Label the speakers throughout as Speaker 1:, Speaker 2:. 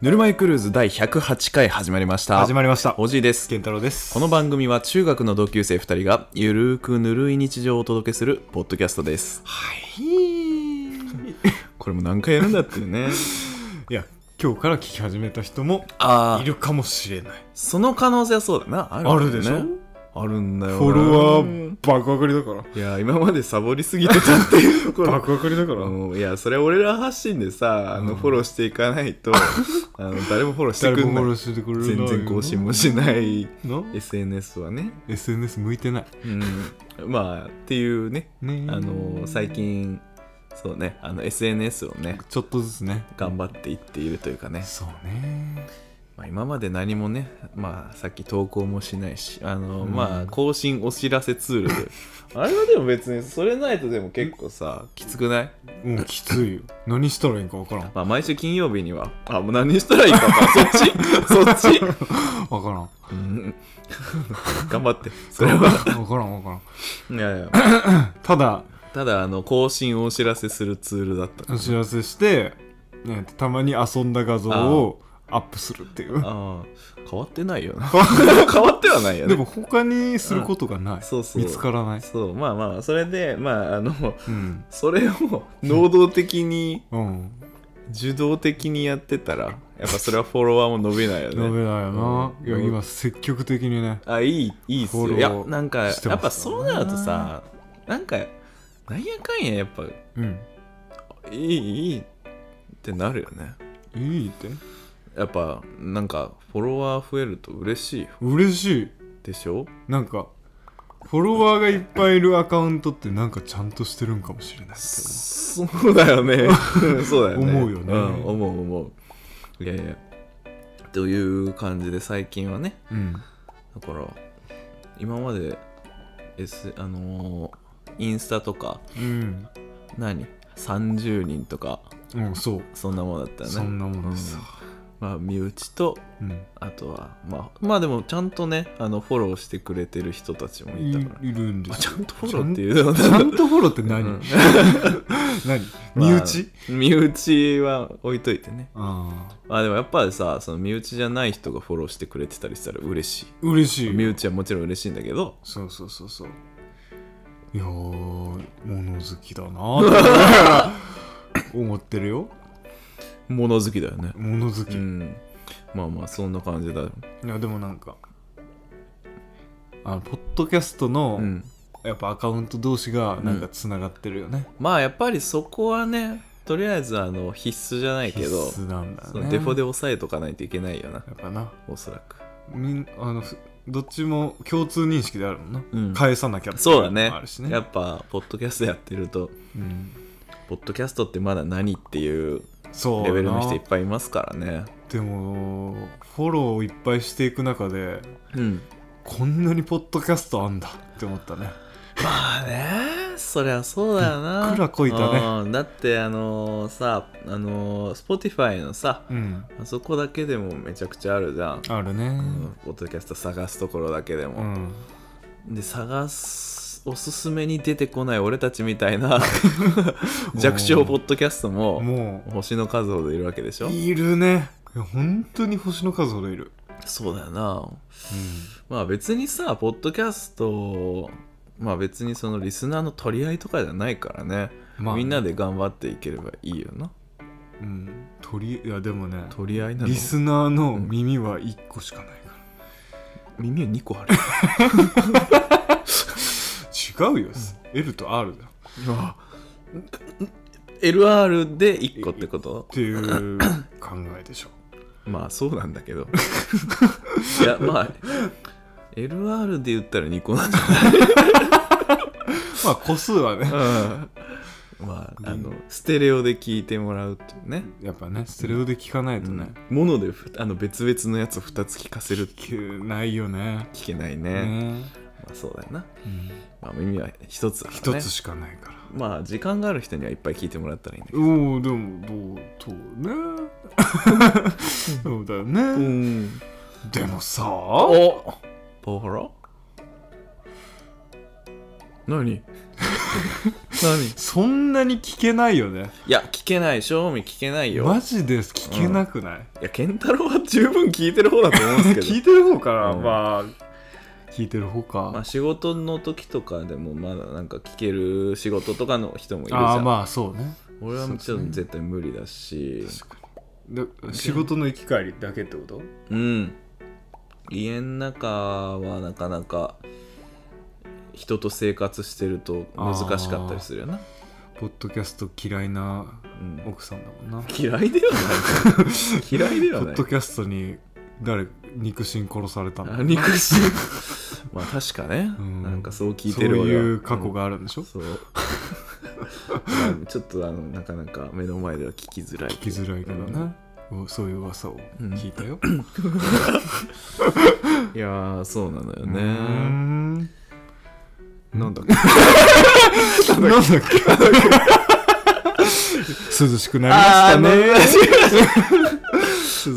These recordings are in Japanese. Speaker 1: ぬるま湯クルーズ第108回始まりました。
Speaker 2: 始まりました。
Speaker 1: おじいです。
Speaker 2: 健太郎です。
Speaker 1: この番組は中学の同級生2人がゆるーくぬるい日常をお届けするポッドキャストです。
Speaker 2: はい。
Speaker 1: これも何回やるんだっていうね。
Speaker 2: いや、今日から聞き始めた人も
Speaker 1: あ
Speaker 2: い
Speaker 1: ー、
Speaker 2: るかもしれない。
Speaker 1: その可能性はそうだな。あ
Speaker 2: あるでしょ
Speaker 1: ょあるんだよな。
Speaker 2: フォロワー爆上がりだから。
Speaker 1: いや、今までサボりすぎてたっていうとこ ろ。
Speaker 2: 爆上がりだから。
Speaker 1: うんいや、それは俺ら発信でさ、あの、フォローしていかな いと、あの、誰もフォローして
Speaker 2: 誰
Speaker 1: く
Speaker 2: も
Speaker 1: ん
Speaker 2: フォロ
Speaker 1: な
Speaker 2: ー
Speaker 1: い。
Speaker 2: してくれない
Speaker 1: 全
Speaker 2: よ
Speaker 1: 然更新もしない
Speaker 2: な
Speaker 1: SNS はね。
Speaker 2: SNS 向いてない。
Speaker 1: うん、まあっていうね
Speaker 2: ね
Speaker 1: あの最近そうねあの SNS をね
Speaker 2: ちょっとずつね。
Speaker 1: 頑張っていっているというかね、
Speaker 2: そうね。
Speaker 1: まあ、今まで何もね、まあ、さっき投稿もしないしあの、
Speaker 2: うん
Speaker 1: まあ更新お知らせツー ルであれはでも別にそれないとでも結構さきつくない、
Speaker 2: うん、きつ いよ。何したらいいんかわからん。
Speaker 1: まあ、毎週金曜日にはあもう何したらいいかなそっ ちそっち、
Speaker 2: わからん。わ
Speaker 1: うん、頑張ってそれは
Speaker 2: からんわからん。
Speaker 1: いやいや
Speaker 2: ただ、
Speaker 1: ただあの更新をお知らせするツールだった
Speaker 2: お知らせして、ねたまに遊んだ画像をアップするっていう。
Speaker 1: ああ変わってないよな 変わってはないよね
Speaker 2: でも他にすることがない。
Speaker 1: そうそう
Speaker 2: 見つからない。
Speaker 1: そうまあまあそれでまああの
Speaker 2: うん。
Speaker 1: それを能動的に
Speaker 2: うん。
Speaker 1: 受動的にやってたらやっぱそれはフォロワーも伸びないよ
Speaker 2: ダメ
Speaker 1: ね
Speaker 2: だよな。
Speaker 1: う
Speaker 2: い
Speaker 1: ん
Speaker 2: や、今、積極的にね。
Speaker 1: あいいいいっす
Speaker 2: フ
Speaker 1: よい
Speaker 2: ォロ
Speaker 1: や
Speaker 2: ー
Speaker 1: なんかや
Speaker 2: してますからね
Speaker 1: っぱそうなるとさなんかなんやかんややっぱ
Speaker 2: うん。
Speaker 1: いいいいってなるよね
Speaker 2: いいって
Speaker 1: やっぱなんかフォロワー増えると嬉しい
Speaker 2: 嬉しい。
Speaker 1: でしょ
Speaker 2: なんか、フォロワーがいっぱいいるアカウントってなんかちゃんとしてるんかもしれないって
Speaker 1: そうだ よね。そうだよね。
Speaker 2: 思うよね
Speaker 1: ん思う思う。いやいや。という感じで最近はね、
Speaker 2: 思う。うん。
Speaker 1: だから、今まで、S、あのーインスタとか、
Speaker 2: うん。
Speaker 1: 何 ?30 人とか、
Speaker 2: うん、そう。
Speaker 1: そんなもんだったよね。
Speaker 2: そんなもんです
Speaker 1: う
Speaker 2: よ
Speaker 1: んまあ、身内と、
Speaker 2: うん。
Speaker 1: あとは、まあ、まあでも、ちゃんとね、あの、フォローしてくれてる人たちもい
Speaker 2: い
Speaker 1: たから。
Speaker 2: いるんで
Speaker 1: あ
Speaker 2: す
Speaker 1: ち
Speaker 2: よ
Speaker 1: ゃんとフォローっていうのは
Speaker 2: ちゃんとフォローって
Speaker 1: う
Speaker 2: 何
Speaker 1: ん
Speaker 2: 何身内
Speaker 1: まあ身内は置いといてね。
Speaker 2: ああ。
Speaker 1: あでもやっぱりさその身内じゃない人がフォローしてくれてたりしたら嬉し
Speaker 2: 嬉
Speaker 1: い
Speaker 2: しい
Speaker 1: 身
Speaker 2: よ。
Speaker 1: 内はもちろん嬉しいんだけど
Speaker 2: そうそうそうそう。いやー、物好きだなーって 思ってるよ。
Speaker 1: 物好きだよね
Speaker 2: 物好
Speaker 1: う
Speaker 2: き。
Speaker 1: んまあまあそんな感じだよ
Speaker 2: いやでもなんかあのポッドキャストの、
Speaker 1: うん
Speaker 2: やっぱアカウント同士がなんかつながってるよね、
Speaker 1: まあやっぱりそこはねとりあえずあの必須じゃないけど、
Speaker 2: 必須なんだ
Speaker 1: そ
Speaker 2: ね
Speaker 1: のデフォで抑えとかないといけないよな
Speaker 2: やっぱな
Speaker 1: おそらく
Speaker 2: みんあのふどっちも共通認識であるもんな、
Speaker 1: うん
Speaker 2: 返さなきゃってい
Speaker 1: そうだね
Speaker 2: のもあるしね
Speaker 1: やっぱポッドキャストやってると
Speaker 2: うん
Speaker 1: ポッドキャストってまだ何っていう
Speaker 2: そう
Speaker 1: レベルの人
Speaker 2: な
Speaker 1: いっぱいいますからね
Speaker 2: でもフォローをいっぱいしていく中で
Speaker 1: うん
Speaker 2: こんなにポッドキャストあんだって思ったね
Speaker 1: まあねそりゃそうだよな
Speaker 2: びっくらこいたね
Speaker 1: うんだってあのーさあのー Spotify のさ
Speaker 2: うん
Speaker 1: あそこだけでもめちゃくちゃあるじゃん、
Speaker 2: あるね
Speaker 1: うんポッドキャスト探すところだけで
Speaker 2: う
Speaker 1: も、
Speaker 2: ん、
Speaker 1: で探すおすすめに出てこない俺たちみた いな弱小ポッドキャストも
Speaker 2: も
Speaker 1: 星の数ほどいるわけでし
Speaker 2: う
Speaker 1: ょ
Speaker 2: いるねいや本当に星の数ほどいる、
Speaker 1: そうだよな
Speaker 2: うん
Speaker 1: まあ別にさポッドキャストまあ別にそのリスナーの取り合いとかじゃないからね
Speaker 2: まあ
Speaker 1: みんなで頑張っていければいいよな
Speaker 2: うん、取りいやでもね
Speaker 1: 取り合いなの
Speaker 2: リスナーの耳は1個しかないか
Speaker 1: 耳は2個あ る
Speaker 2: ら、違うよ、L と R だよ
Speaker 1: LR で1個ってこと
Speaker 2: っていう考え でしょ
Speaker 1: まあそうなんだけどいやまあ LR で言ったら2個なんじ
Speaker 2: まあ個数はね
Speaker 1: ゃないまああのステレオで聞いてもらうっていうね
Speaker 2: やっぱねステレオで聞かないとね、
Speaker 1: ものでふあの別々のやつを2つ聞かせるって
Speaker 2: 聞けないよね
Speaker 1: 聞けない
Speaker 2: ね
Speaker 1: ね、まあ、そうだよな、
Speaker 2: うん
Speaker 1: まあ、耳は1つだから
Speaker 2: 一、
Speaker 1: ね
Speaker 2: つしかないから
Speaker 1: まあ時間がある人にはいっぱい聞いてもらったらいいんだけど
Speaker 2: おおでもどうどう ねそうだよね、
Speaker 1: ん
Speaker 2: でもさ
Speaker 1: おパワハラ何何い
Speaker 2: そんなに聞けないよね
Speaker 1: や聞けない正味聞けないよ、
Speaker 2: マジで聞けなくない、
Speaker 1: いや健太郎は十分聞いてる方だと思うんです け
Speaker 2: 聞
Speaker 1: ど
Speaker 2: いてる方かな、
Speaker 1: うん
Speaker 2: まあ聞いてる方か、
Speaker 1: まあ仕事の時とかでもまだなんか聞ける仕事とかの人もいるじゃん
Speaker 2: ああまあそうね
Speaker 1: 俺はち
Speaker 2: そ
Speaker 1: ょ
Speaker 2: うです
Speaker 1: っと
Speaker 2: ね
Speaker 1: 絶対無理だし
Speaker 2: で仕事の行き帰りだけってこと
Speaker 1: うん家の中はなかなか人と生活してると難しかったりするよな、
Speaker 2: ポッドキャスト嫌いな
Speaker 1: うん、
Speaker 2: 奥さんだもんな
Speaker 1: 嫌いではない 嫌いでは
Speaker 2: ポ
Speaker 1: な
Speaker 2: ッ
Speaker 1: い
Speaker 2: ドキャストに誰肉親殺されたの
Speaker 1: あ憎しみ まあ確かね、
Speaker 2: うん
Speaker 1: なんかそう聞いてる
Speaker 2: そう
Speaker 1: 俺は
Speaker 2: いう過去があるんでしょ、
Speaker 1: うんそうまあちょっとあのなかなか目の前では聞きづらい
Speaker 2: 聞きづらいけどね、おそういう噂を聞いたよ、
Speaker 1: いやーそうなのよ
Speaker 2: うー
Speaker 1: ね
Speaker 2: ん
Speaker 1: なんだっけ
Speaker 2: なんだっけ涼しくなりましたね涼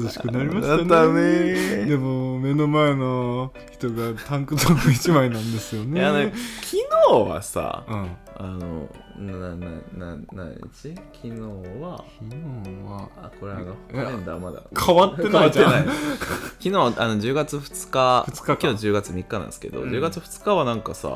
Speaker 2: しくなりましたね
Speaker 1: なったね
Speaker 2: でも目の前の人がタンクトップ1枚なんですよ
Speaker 1: い
Speaker 2: ね
Speaker 1: やなんか昨日はさ
Speaker 2: うん
Speaker 1: あのなななな何日昨日は
Speaker 2: 昨日は
Speaker 1: あこれあの
Speaker 2: え
Speaker 1: カレンダーまだ
Speaker 2: 変わってないじゃん
Speaker 1: 変わってない昨日あの10月2日
Speaker 2: 2日か
Speaker 1: 今日10月3日なんですけど、
Speaker 2: うん
Speaker 1: 10月2日はなんかさ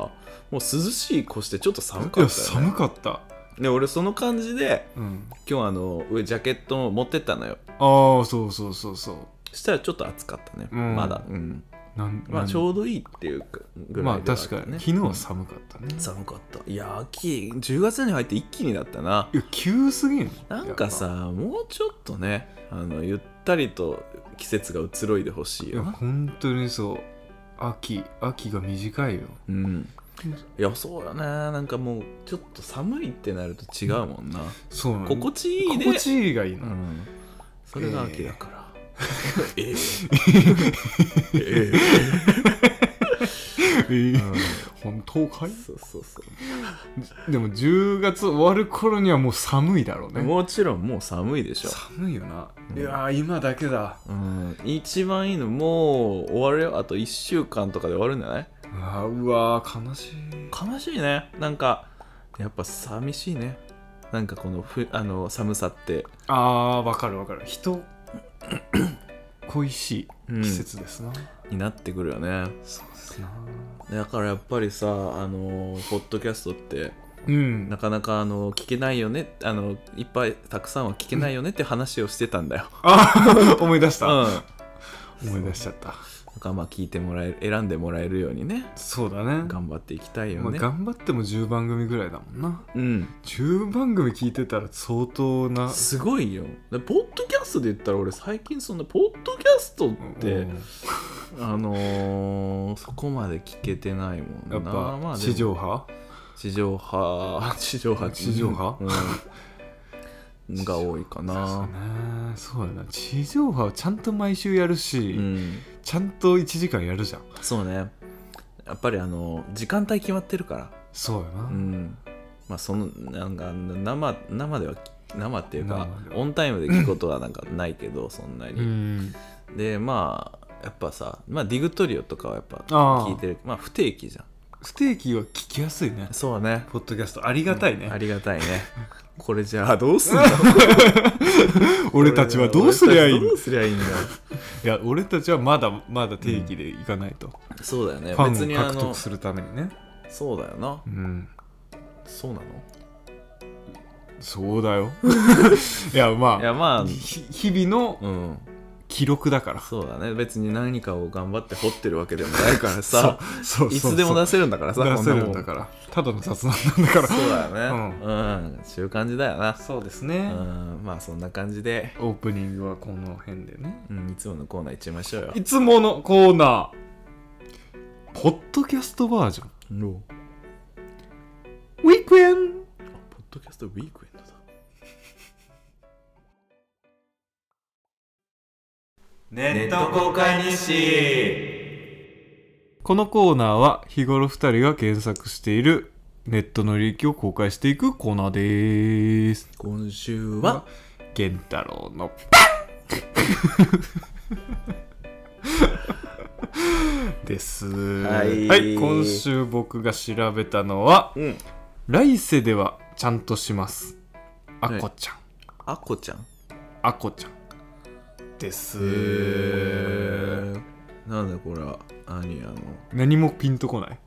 Speaker 1: もう涼しい越してちょっと寒
Speaker 2: い
Speaker 1: か
Speaker 2: や
Speaker 1: ったよ、ね
Speaker 2: 寒、かった、
Speaker 1: で俺その感じで
Speaker 2: うん、
Speaker 1: 今日あの上ジャケットを持ってったのよ
Speaker 2: ああそうそうそうそう
Speaker 1: したらちょっと暑かったね、
Speaker 2: うん
Speaker 1: まだ、うん、
Speaker 2: なん
Speaker 1: まあ
Speaker 2: なん
Speaker 1: ちょうどいいっていうかぐ
Speaker 2: ま
Speaker 1: ら
Speaker 2: あ
Speaker 1: いではあ
Speaker 2: 確
Speaker 1: った
Speaker 2: か
Speaker 1: ね、
Speaker 2: に昨日は寒かったね、
Speaker 1: 寒かったいやー秋10月に入って一気にだったない
Speaker 2: や急すぎん
Speaker 1: なんかさもうちょっとねあのゆったりと季節が移ろいでほしい
Speaker 2: いや
Speaker 1: よな
Speaker 2: 本当にそう秋秋が短いよ
Speaker 1: うんいやそうよねなんかもうちょっと寒いってなると違うもんな、
Speaker 2: そうなの
Speaker 1: 心地いいで
Speaker 2: 心地いいがいいうの、
Speaker 1: ん、それが秋だから、ええ え
Speaker 2: え
Speaker 1: え
Speaker 2: ー本当かい
Speaker 1: そうそうそ
Speaker 2: でも10月終わる頃にはもう寒いだろう
Speaker 1: う
Speaker 2: ね
Speaker 1: もちろんもう寒いでしょ
Speaker 2: 寒いよな、
Speaker 1: うん
Speaker 2: いやー今だけだ
Speaker 1: うん、一番いいのもう終わるよあと1週間とかで終わるんじゃないう
Speaker 2: わーうわー悲しい
Speaker 1: 悲しいねなんかやっぱ寂しいねなんかこのふあの寒さって
Speaker 2: あーわかるわかる人 恋しい季節ですな、
Speaker 1: になってくるよね
Speaker 2: そうですな
Speaker 1: だからやっぱりさあのポッドキャストって
Speaker 2: うん
Speaker 1: な かなかあの聞けないよねあのいっぱいたくさんは聞けないよねって話をしてたんだよ、
Speaker 2: あ思い出し
Speaker 1: う
Speaker 2: た、
Speaker 1: ん、だ
Speaker 2: 思い出しちゃった
Speaker 1: からまあ聞いてもらえる選んでもらえるようにね
Speaker 2: そうだね
Speaker 1: 頑張っていきたいよ
Speaker 2: まあ、
Speaker 1: ね、
Speaker 2: 頑張っても10番組ぐらいだもんな
Speaker 1: うん
Speaker 2: 10番組聞いてたら相当な
Speaker 1: すごいよでポッドキャストで言ったら俺最近そんなポッドキャストって、
Speaker 2: うん
Speaker 1: あのー、そこまで聞けてないもんな
Speaker 2: やっ
Speaker 1: まあ
Speaker 2: ぱ
Speaker 1: でも
Speaker 2: 地上波
Speaker 1: 地上波地上波
Speaker 2: 地上波
Speaker 1: うん、が多い かな
Speaker 2: ねそうやな地上波はちゃんと毎週やるし、
Speaker 1: うん
Speaker 2: ちゃんと1時間やるじゃん
Speaker 1: そうねやっぱりあの時間帯決まってるか
Speaker 2: そうやな、
Speaker 1: らうんまあそのなんか生生では生っていうか
Speaker 2: 生では
Speaker 1: オンタイムで聞くことはなんかないけどそんなに、
Speaker 2: うん
Speaker 1: でまあやっぱさ、まあ、ディグトリオとかはやっぱ
Speaker 2: あー
Speaker 1: 聞いてるまあ不定期じゃん
Speaker 2: 不定期は聞きやすいね
Speaker 1: そうね
Speaker 2: ポッドキャストありがたいね、
Speaker 1: ありがたいね これじゃあどうすんだ
Speaker 2: 俺たちはどうすりゃいい
Speaker 1: 俺
Speaker 2: の
Speaker 1: たちはどうすりゃいいんだ
Speaker 2: いや俺たちはまだまだ定期で行かないと、
Speaker 1: そうだよね
Speaker 2: フ
Speaker 1: 別
Speaker 2: ァ
Speaker 1: に
Speaker 2: ンを
Speaker 1: あ
Speaker 2: 獲
Speaker 1: の
Speaker 2: 得するためにね
Speaker 1: そうだよな
Speaker 2: うん
Speaker 1: そうなの
Speaker 2: そうだ よいやま
Speaker 1: い
Speaker 2: あ
Speaker 1: やまあ
Speaker 2: ひ日々の
Speaker 1: うん
Speaker 2: 記録だから
Speaker 1: そうだね別に何かを頑張って掘ってるわけでもないからさ
Speaker 2: そうそう
Speaker 1: いつでも出
Speaker 2: せ
Speaker 1: せるんだからさ
Speaker 2: 出せるん
Speaker 1: こ
Speaker 2: だ
Speaker 1: なも
Speaker 2: からただの雑談なんだから
Speaker 1: そうだよねうんそういう感じだよな
Speaker 2: そうです
Speaker 1: う
Speaker 2: ね
Speaker 1: んまあそんな感じで
Speaker 2: オープニングはこの辺でね
Speaker 1: うんいつものコーナーいっちゃいましょうよ
Speaker 2: いつものコーナーポッドキャストバージョン
Speaker 1: ロー
Speaker 2: ウィークエン
Speaker 1: ポッドキャストウィークエンドだ
Speaker 2: ネ
Speaker 1: 公開日誌
Speaker 2: このコーナーは日頃2人が検索しているネットの履歴を公開していくコーナーでーす
Speaker 1: 今週は
Speaker 2: 源太郎の です、
Speaker 1: はい
Speaker 2: 今週僕が調べたのは
Speaker 1: うん
Speaker 2: 来世ではちゃんとしますあ
Speaker 1: はい
Speaker 2: こちゃん、
Speaker 1: あこちゃん
Speaker 2: あこちゃんです
Speaker 1: なんだこれは何あの
Speaker 2: 何もピンとこない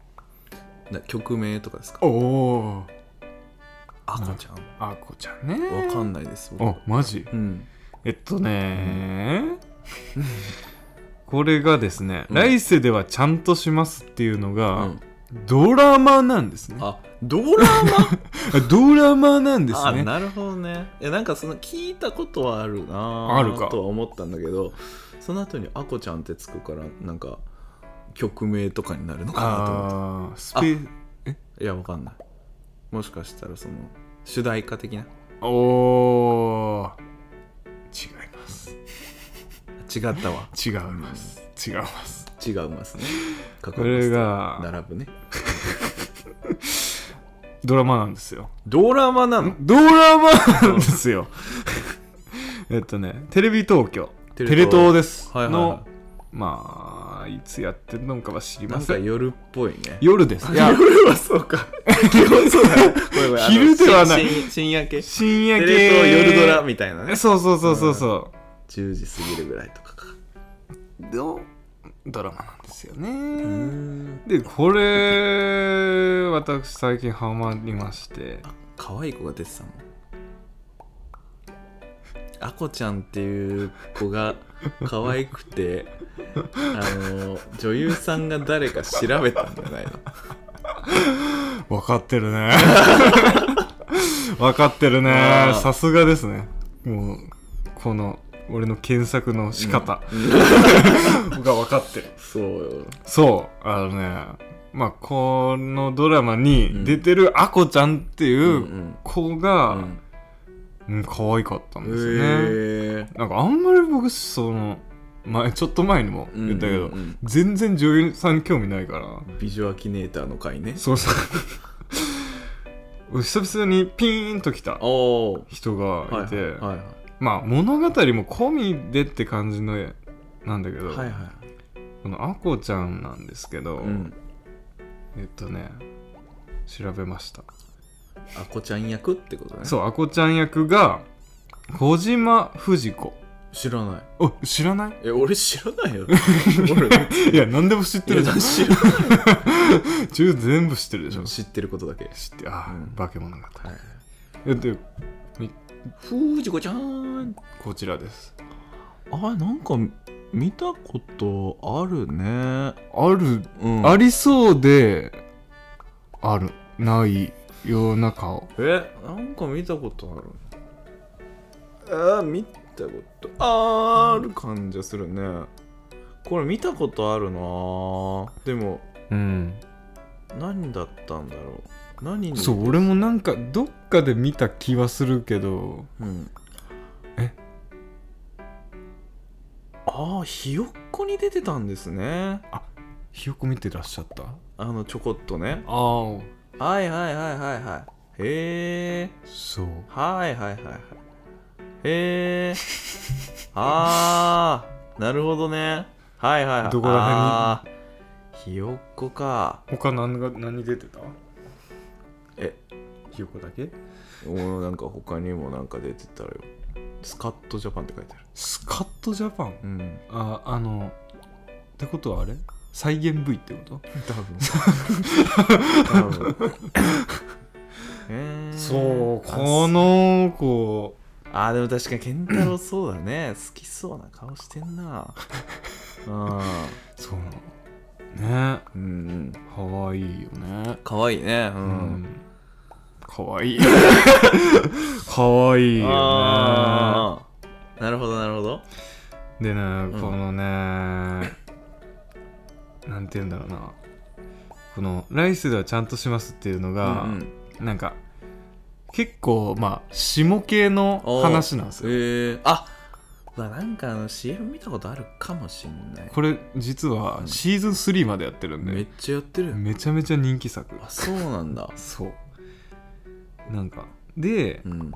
Speaker 1: な曲名とかですか
Speaker 2: おお
Speaker 1: あこちゃん
Speaker 2: あこちゃんね
Speaker 1: わか
Speaker 2: い
Speaker 1: んないです僕
Speaker 2: あマジ
Speaker 1: うん
Speaker 2: えっとねーこれがですね、
Speaker 1: うん
Speaker 2: 来世ではちゃんとしますっていうの
Speaker 1: う
Speaker 2: が、
Speaker 1: ん
Speaker 2: ドラマなんですね
Speaker 1: あドラ
Speaker 2: あドラマなんで
Speaker 1: マ
Speaker 2: す
Speaker 1: あ
Speaker 2: ね
Speaker 1: なるほどねいやなんかその聞いたことはあるなぁ
Speaker 2: あるか
Speaker 1: とは思ったんだけどその後にあこちゃんってつくからなんか曲名とかになるのかなと思っ
Speaker 2: あースペー
Speaker 1: ていやわかんないもしかしたらその主題歌的な
Speaker 2: おー違います
Speaker 1: 違ったわ
Speaker 2: 違います違います
Speaker 1: 違いますね過
Speaker 2: これが
Speaker 1: 並ぶね
Speaker 2: ドラマなんですよ
Speaker 1: ドラマなの
Speaker 2: ドラマなんですよえっとねテレビ東京
Speaker 1: テ
Speaker 2: テレ
Speaker 1: レ東
Speaker 2: 東です
Speaker 1: はいはいはい
Speaker 2: のまあいつやってるのかは知り
Speaker 1: な
Speaker 2: ま
Speaker 1: ん
Speaker 2: せ
Speaker 1: か
Speaker 2: ん
Speaker 1: 夜っぽいね
Speaker 2: 夜ですいや
Speaker 1: 夜はそうか基本そうだねごめん ごめんあの
Speaker 2: 昼ではない
Speaker 1: 深深夜系
Speaker 2: 深
Speaker 1: テ
Speaker 2: 夜系
Speaker 1: レ東夜ドラみたいなね
Speaker 2: そうそうそうそうそ
Speaker 1: 10時過ぎるぐらいとかか
Speaker 2: うのドラマなんですよ
Speaker 1: う
Speaker 2: ね
Speaker 1: ん
Speaker 2: でこれ私最近ハマりまして
Speaker 1: 可愛い子が出てたもんあこちゃんっていう子が可愛 くてあの女優さんが誰か調べたんじゃないの
Speaker 2: 分かってる ね分かってるね
Speaker 1: あー
Speaker 2: さすがですねもうこの俺の検索の仕方、 が分かってる
Speaker 1: そうよ
Speaker 2: そうあのねまあこのドラマに出てるあこちゃんっていう子
Speaker 1: う
Speaker 2: が、
Speaker 1: ん
Speaker 2: うん、可愛かったん
Speaker 1: うん
Speaker 2: ですよね、
Speaker 1: へえ
Speaker 2: なんかあんまり僕その前ちょっと前にも言ったけど、
Speaker 1: うんうんうん
Speaker 2: 全然女優さん興味ないから
Speaker 1: ビジュアキネーターの回ね
Speaker 2: そうそう 久々にピーンときた
Speaker 1: おお
Speaker 2: 人がいて、
Speaker 1: はいはい
Speaker 2: まあ物語も込みでって感じの絵なんだけど、
Speaker 1: はいはい
Speaker 2: このあこちゃんなんですけど、
Speaker 1: うん
Speaker 2: えっとね調べました
Speaker 1: あこちゃん役ってことね
Speaker 2: そうあこちゃん役が小島藤子
Speaker 1: 知らない
Speaker 2: お知らない
Speaker 1: え俺知ら ないよ俺い
Speaker 2: いや何でも知ってるじゃ
Speaker 1: や
Speaker 2: ん
Speaker 1: 知らない
Speaker 2: 中全部知ってるでしょ
Speaker 1: 知ってることだけ
Speaker 2: 知ってああ、
Speaker 1: うん
Speaker 2: 化け物語
Speaker 1: はい
Speaker 2: えで
Speaker 1: ふじこちゃん
Speaker 2: こちらです
Speaker 1: あなんか見たことあるね
Speaker 2: ある、
Speaker 1: うん
Speaker 2: ありそうであるないような顔
Speaker 1: えなんか見たことあるあー見たことある感じがするねこれ見たことあるなーでも
Speaker 2: うん
Speaker 1: 何だったんだろう何に
Speaker 2: そう俺もなんかどっかで見た気はするけど
Speaker 1: うん、
Speaker 2: え
Speaker 1: ああひよっこに出てたんですね
Speaker 2: ひよこ見てらっしゃった
Speaker 1: あのちょこっとね
Speaker 2: ああ
Speaker 1: はいはいはいはいはいへえ
Speaker 2: そう
Speaker 1: はいはいはいはいへえ ああなるほどねはいはいはい
Speaker 2: どこら辺に
Speaker 1: あーひよっこか
Speaker 2: 他何が何出てた
Speaker 1: え
Speaker 2: ひよこだけ
Speaker 1: もうなんか他にもなんか出てたらよスカットジャパンって書いてある
Speaker 2: スカットジャパン
Speaker 1: うん
Speaker 2: ああのってことはあれ再現部位ってこと
Speaker 1: 多分多分えー
Speaker 2: そうこの子
Speaker 1: ああでも確かに健太郎そうだね好きそうな顔してん なあ
Speaker 2: そうなのね
Speaker 1: うんうん
Speaker 2: かわいいよね
Speaker 1: かわいいねう、
Speaker 2: うんかわいい かわいいよね
Speaker 1: あーなるほどなるほど
Speaker 2: でね
Speaker 1: ん
Speaker 2: このね、なんて言うんだろうなこの「来世ではちゃんとします」っていうのが、
Speaker 1: うんうん
Speaker 2: なんか結構まあ下系の話なんですよ
Speaker 1: へえあまあなんかあの CM 見たことあるかもしんない
Speaker 2: これ実はシーズン3までやってるん
Speaker 1: め
Speaker 2: で
Speaker 1: っちゃやってる
Speaker 2: めちゃめちゃ人気作
Speaker 1: あそうなんだ
Speaker 2: そうなんかで、
Speaker 1: うん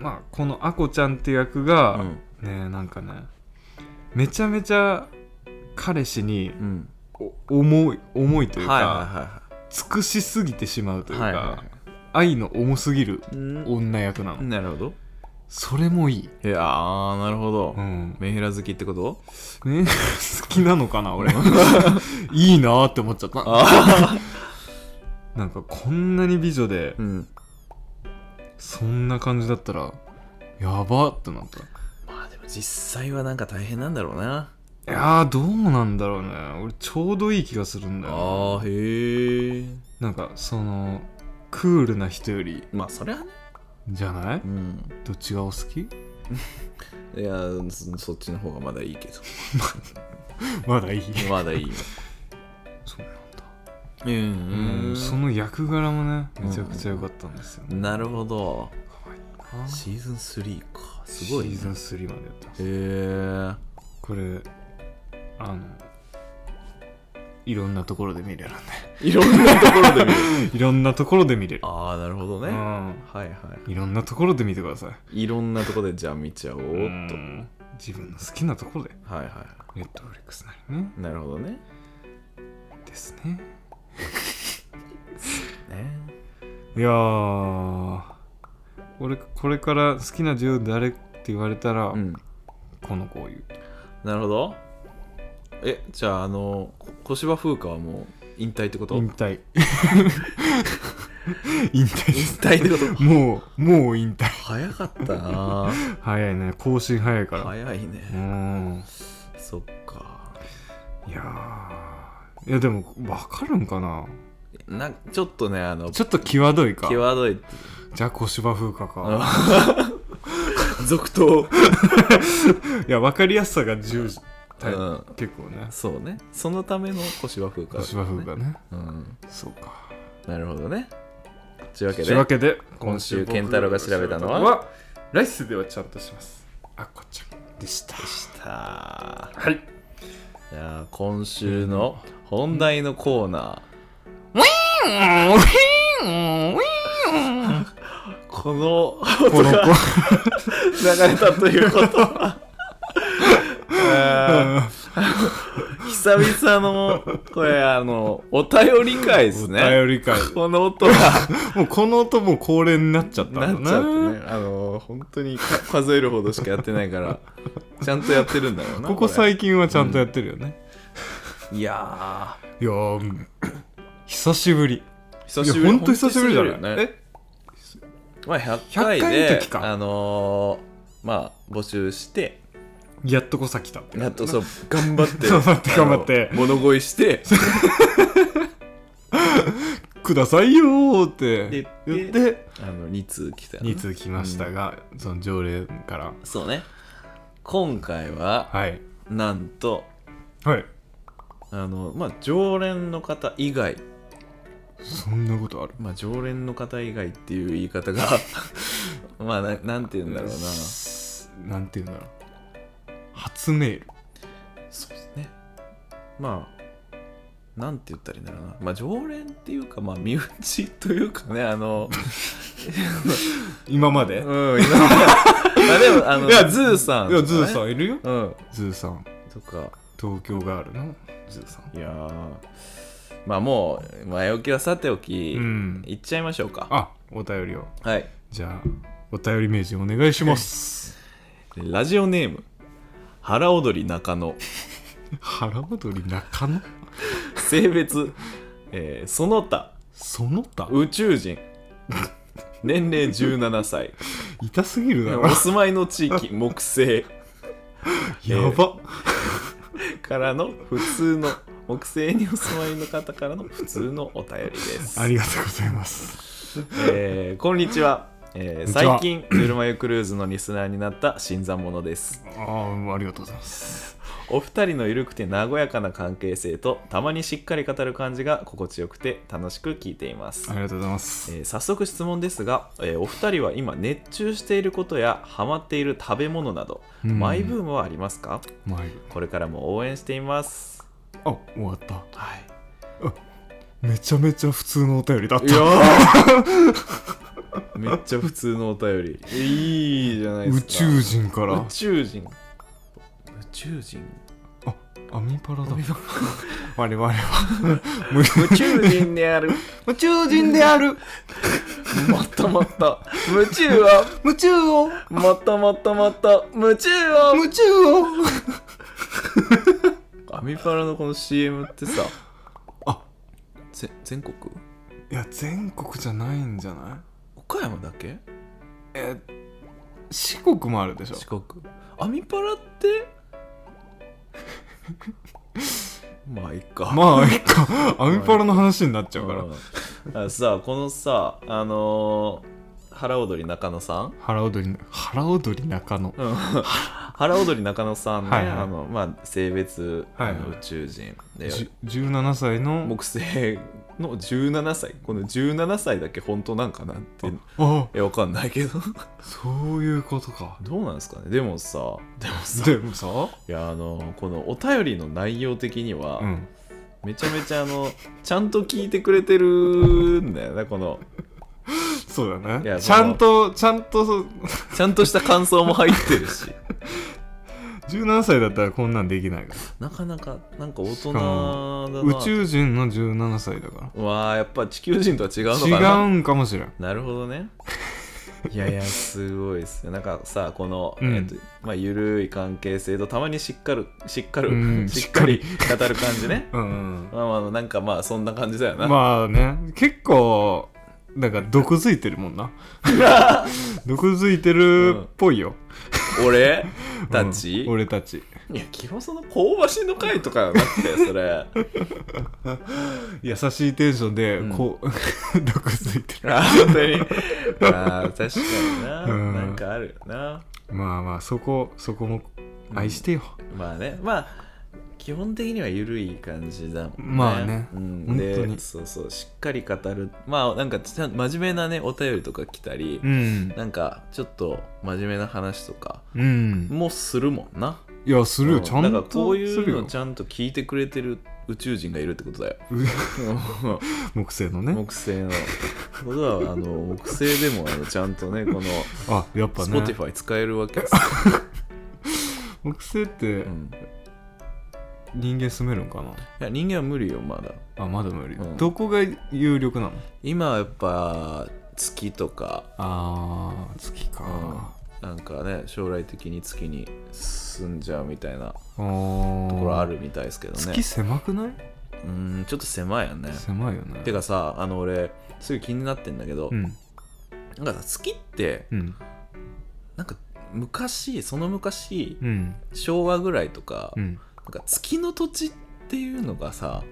Speaker 2: まあ、このあこちゃんって役
Speaker 1: う
Speaker 2: が、
Speaker 1: ん
Speaker 2: ねなんかねめちゃめちゃ彼氏に
Speaker 1: うん
Speaker 2: お重い重いというか、
Speaker 1: はいはいはいはい
Speaker 2: 尽くしすぎてしまうというか、
Speaker 1: はいは
Speaker 2: 愛の重すぎる
Speaker 1: いうん
Speaker 2: 女役なの、
Speaker 1: なるほど
Speaker 2: それもいい、
Speaker 1: いやーなるほど、
Speaker 2: うん
Speaker 1: メンヘラ好きってこと
Speaker 2: ね、好きなのかな俺 いいなーって思っちゃった
Speaker 1: あ
Speaker 2: なんかこんなに美女で、
Speaker 1: うん
Speaker 2: そんな感じだったらやばってなった
Speaker 1: まあでも実際はなんか大変なんだろうない
Speaker 2: やーどうなんだろうね俺ちょうどいい気がするんだよ
Speaker 1: あーへえ
Speaker 2: なんかそのクールな人より
Speaker 1: まあそれはね
Speaker 2: じゃない
Speaker 1: うん
Speaker 2: どっちがお好き
Speaker 1: いやーそそっちの方がまだいいけど
Speaker 2: まだいい
Speaker 1: まだい いよ
Speaker 2: そうなんだ
Speaker 1: うん
Speaker 2: うんその役柄もねめちゃくちゃ良かったんですよ、ね
Speaker 1: なるほど
Speaker 2: 可愛いな
Speaker 1: シーズン3かすごい、ね、
Speaker 2: シーズン3までやったんです
Speaker 1: へえ
Speaker 2: これあのいろんなところで見れるん
Speaker 1: いろんなところで見る
Speaker 2: でいろんなところで見れる、
Speaker 1: ああなるほどね、
Speaker 2: う
Speaker 1: は
Speaker 2: ん
Speaker 1: いはい
Speaker 2: ろんなところで見てください
Speaker 1: いいろんなとこでじゃあ見ちゃおうっと
Speaker 2: うん自分の好きなところで
Speaker 1: はいは
Speaker 2: ネットフリックスなりね
Speaker 1: いなるほどね
Speaker 2: ですね
Speaker 1: ね
Speaker 2: いやー俺これから好きな女優誰って言われたら、
Speaker 1: うん
Speaker 2: この子を言う
Speaker 1: なるほどえじゃああのこ小芝風花はもう引退ってこと
Speaker 2: 引退引退で
Speaker 1: 引
Speaker 2: す
Speaker 1: 退ってこと
Speaker 2: もうもう引退
Speaker 1: 早かったな
Speaker 2: 早いね更新早いから
Speaker 1: 早いね、
Speaker 2: うん
Speaker 1: そっか
Speaker 2: いやーいやでも分かるんかな
Speaker 1: なんちょっとねあの
Speaker 2: ちょっと際どいか
Speaker 1: 際どい
Speaker 2: じゃあ小芝風花か
Speaker 1: あ 続投、
Speaker 2: いや分かりやすさが重視、
Speaker 1: うん、
Speaker 2: 結構ね
Speaker 1: そうねそのための小芝風花
Speaker 2: 小
Speaker 1: だか
Speaker 2: 芝
Speaker 1: らね、
Speaker 2: 風花ね
Speaker 1: うん
Speaker 2: そうか
Speaker 1: なるほどねというわけ
Speaker 2: と
Speaker 1: で
Speaker 2: いうわけで
Speaker 1: 今週
Speaker 2: 僕
Speaker 1: 健太郎が調べたのは
Speaker 2: 来世ではちゃんとしますあこちゃんでした
Speaker 1: さあ
Speaker 2: はい
Speaker 1: じゃあ今週の本題のコーナー、この
Speaker 2: この子
Speaker 1: 流れたということはあー久々のこれあのお便り会ですね
Speaker 2: 頼り会
Speaker 1: この音が
Speaker 2: もう この音も恒例になっちゃったん だ
Speaker 1: なっちゃってねあの本当にか数えるほどしかやってないからちゃんとやってるんだろうな
Speaker 2: ここ
Speaker 1: れ
Speaker 2: 最近はちゃんとやってるよね、
Speaker 1: いや
Speaker 2: いやーうん久しぶり
Speaker 1: ー久
Speaker 2: いや
Speaker 1: しぶり
Speaker 2: ほんと久しぶりじゃない
Speaker 1: ほんと久しぶよね
Speaker 2: え
Speaker 1: まあ100回
Speaker 2: 100回の
Speaker 1: で
Speaker 2: 時か
Speaker 1: あのーまあ募集して
Speaker 2: やっとこさ来たって
Speaker 1: やっとそう頑張って
Speaker 2: 頑張って
Speaker 1: あの
Speaker 2: 頑張って
Speaker 1: 物乞いして
Speaker 2: くださいよーって
Speaker 1: で
Speaker 2: 言って
Speaker 1: あの2通来たのね
Speaker 2: 2通来ましたが、その条例から
Speaker 1: そうね今回は
Speaker 2: はい
Speaker 1: なんと
Speaker 2: はい
Speaker 1: あのまあ常連の方以外
Speaker 2: そんなことある
Speaker 1: まあ常連の方以外っていう言い方が まあななんて言うんだろうなそ
Speaker 2: なんて言うんだろう初メール
Speaker 1: うですねまあなんて言ったらいいんだろうなまあ常連っていうかまあ身内というかねあの
Speaker 2: 今まで、
Speaker 1: うん
Speaker 2: い
Speaker 1: 今 まあでもあの
Speaker 2: いや
Speaker 1: ズーさんとかね、
Speaker 2: やズーさ
Speaker 1: ん
Speaker 2: んいるよ
Speaker 1: うん
Speaker 2: ズーさん
Speaker 1: とか
Speaker 2: 東京ガールのズーさん
Speaker 1: いやーまあもう前置きはさておき、
Speaker 2: うん
Speaker 1: いっちゃいましょうか
Speaker 2: あお便りを
Speaker 1: はい
Speaker 2: じゃあお便り名人お願いします
Speaker 1: ラジオネーム腹踊り中野
Speaker 2: 腹踊り中野
Speaker 1: 性別、えーその他
Speaker 2: その他
Speaker 1: 宇宙人年齢17歳
Speaker 2: 痛すぎるだろ
Speaker 1: お住まいの地域木星
Speaker 2: やば
Speaker 1: からの普通の木星にお住まいの方からの普通のお便りです
Speaker 2: ありがとうございます
Speaker 1: えーこんにちは、え
Speaker 2: こん
Speaker 1: ー
Speaker 2: にちは
Speaker 1: 最近ぬるま湯クルーズのリスナーになった新参者です
Speaker 2: ああありがとうございます
Speaker 1: お二人の緩くて和やかな関係性とたまにしっかり語る感じが心地よくて楽しく聞いています
Speaker 2: ありがとうございます
Speaker 1: えー早速質問ですが、えーお二人は今熱中していることやハマっている食べ物など、
Speaker 2: うん
Speaker 1: マイブームはありますか
Speaker 2: まあいい
Speaker 1: これからも応援しています
Speaker 2: あ終わった
Speaker 1: はい
Speaker 2: めちゃめちゃ普通のお便りだった
Speaker 1: いやーめっちゃ普通のお便りいいじゃないで
Speaker 2: 宇
Speaker 1: すか
Speaker 2: 宙人か
Speaker 1: 宇
Speaker 2: ら
Speaker 1: 宙人宇宙人
Speaker 2: アミパラだ我々は無
Speaker 1: 宇宙人である
Speaker 2: 夢中人である
Speaker 1: もっともっと夢中を
Speaker 2: 夢中を
Speaker 1: もっともっともっと夢中を
Speaker 2: 夢中を
Speaker 1: アミパラのこの CM ってさ
Speaker 2: あ
Speaker 1: ぜ全国
Speaker 2: いや全国じゃないんじゃない
Speaker 1: 岡山だけ
Speaker 2: え四国もあるでしょ
Speaker 1: 四国アミパラって まあいいか
Speaker 2: まあいっ かアミパラの話になっちゃうから
Speaker 1: らさこのさあのー、腹踊り中野さん
Speaker 2: 腹踊り腹踊り中野
Speaker 1: うん腹踊り中野さんね
Speaker 2: はいはい
Speaker 1: あのまあ、性別、
Speaker 2: はいはい
Speaker 1: あの宇宙人で
Speaker 2: じゅ17歳の
Speaker 1: 木星の17歳この17歳だけ本当なんかなって
Speaker 2: あ
Speaker 1: えわかんないけ ど
Speaker 2: そういうことか
Speaker 1: どうなんですかねでもさでもさ
Speaker 2: でもさ
Speaker 1: いやあのこのお便りの内容的には、
Speaker 2: うん
Speaker 1: めちゃめちゃあのちゃんと聞いてくれてるんだよねこの
Speaker 2: そうだ
Speaker 1: いや
Speaker 2: ねち
Speaker 1: その
Speaker 2: ゃんとちゃんとそう
Speaker 1: ちゃんとした感想も入って るし
Speaker 2: 17歳だったらこんなんできないから
Speaker 1: なかなかなんか大人
Speaker 2: しか
Speaker 1: だ
Speaker 2: も
Speaker 1: な
Speaker 2: 宇宙人の17歳だから
Speaker 1: わあやっぱ地球人とは違うのかな
Speaker 2: 違うんかもしれん
Speaker 1: なるほど ねいやいやすごいっすよなんかさこの、
Speaker 2: うん
Speaker 1: えっとまあ、ゆるい関係性とたまにしっかりしっかり、
Speaker 2: うん
Speaker 1: しっかり語る感じね
Speaker 2: うんうん
Speaker 1: まあまあなんかまあそんな感じだよな、
Speaker 2: まあね結構なんか毒づいてるもん な毒づいてるっぽいよ、
Speaker 1: 俺
Speaker 2: うん
Speaker 1: たち、
Speaker 2: 俺たち
Speaker 1: いや基本その香ばしの会とかなってそ れ
Speaker 2: 優しいテンションで
Speaker 1: うん
Speaker 2: こう、 毒づいてる
Speaker 1: あ本当にあー確かにな、
Speaker 2: うん
Speaker 1: なんかあるよな
Speaker 2: まあまあそこそこも
Speaker 1: うん
Speaker 2: 愛してよ、
Speaker 1: まあねまあ基本的には緩い感じだもんね。
Speaker 2: まあね
Speaker 1: うん、
Speaker 2: 本当
Speaker 1: で
Speaker 2: に
Speaker 1: そうそうしっかり語るまあなんかちゃん真面目なねお便りとか来たり、
Speaker 2: うん
Speaker 1: なんかちょっと真面目な話とか
Speaker 2: うん
Speaker 1: もするもんな。
Speaker 2: いやするよ
Speaker 1: うん
Speaker 2: ちゃん
Speaker 1: だからことう
Speaker 2: す
Speaker 1: い
Speaker 2: る
Speaker 1: うの
Speaker 2: よ
Speaker 1: ちゃんと聞いてくれてる宇宙人がいるってこと だよ。
Speaker 2: 木星の
Speaker 1: 木
Speaker 2: ね
Speaker 1: 星の。僕はあの木星でもあのちゃんとねこの
Speaker 2: あやっぱね
Speaker 1: Spotify 使えるわけです、
Speaker 2: 木星って
Speaker 1: うん、
Speaker 2: 人間住めるんかな、
Speaker 1: いや人間は無理よまだ。
Speaker 2: あまだ無理、
Speaker 1: うん
Speaker 2: どこが有力なの
Speaker 1: 今はやっぱ月とか
Speaker 2: あー月か
Speaker 1: なんかね将来的に月に住んじゃうみたいな
Speaker 2: あー
Speaker 1: ところあるみたいですけどね
Speaker 2: 月狭くない、
Speaker 1: うんちょっと狭いよね
Speaker 2: 狭いよね
Speaker 1: てかさあの俺すごい気になってんだけど、
Speaker 2: うん
Speaker 1: なんかさ月って
Speaker 2: うん
Speaker 1: なんか昔その昔
Speaker 2: うん
Speaker 1: 昭和ぐらいとか,、
Speaker 2: うん
Speaker 1: なんか月の土地っていうのがさ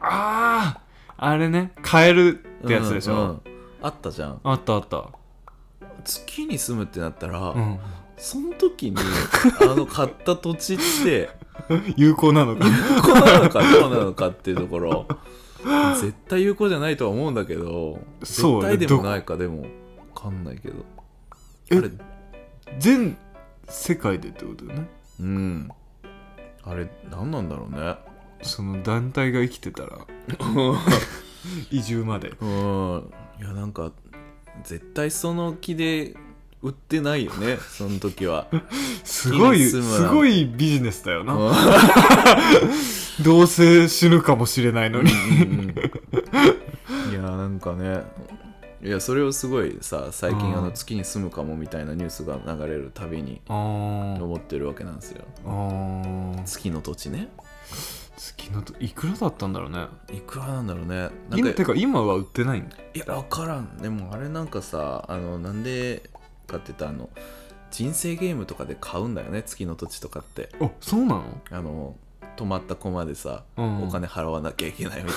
Speaker 2: あああれねカエルってやつでしょ、
Speaker 1: うんうんあったじゃん
Speaker 2: あったあった
Speaker 1: 月に住むってなったら、
Speaker 2: うん
Speaker 1: その時にあの買った土地って
Speaker 2: 有効なのか
Speaker 1: 有効なのかどうなのかっていうとこ ろ絶対有効じゃないとは思うんだけど
Speaker 2: そう
Speaker 1: 絶対でもないかでも分かんないけどあ
Speaker 2: え
Speaker 1: れ
Speaker 2: 全世界でってことだよね
Speaker 1: うんあれ何なんだろ うね
Speaker 2: その団体が生きてたら移住まで
Speaker 1: うんいやなんか絶対その気で売ってないよねその 時は
Speaker 2: すごい
Speaker 1: いいね住むな
Speaker 2: すごいビジネスだよ
Speaker 1: う
Speaker 2: な、
Speaker 1: ん
Speaker 2: どうせ死ぬかもしれないのに
Speaker 1: いやなんかねいやそれをすごいさ最近あ
Speaker 2: う
Speaker 1: の
Speaker 2: ん
Speaker 1: 月に住むかもみたいなニュースが流れるたびに
Speaker 2: あー
Speaker 1: 思ってるわけなんですよ
Speaker 2: あー
Speaker 1: 月の土地ね
Speaker 2: 月のといくらだったんだろうね
Speaker 1: いくらなんだろうねなん
Speaker 2: 今て
Speaker 1: か
Speaker 2: か今は売ってないんだ
Speaker 1: いや分からんでもあれなんかさあのなんでかって言ったらあの人生ゲームとかで買うんだよね月の土地とかって
Speaker 2: あそうなの
Speaker 1: あの止まった駒でさ、
Speaker 2: うん
Speaker 1: お金払わなきゃいけないみた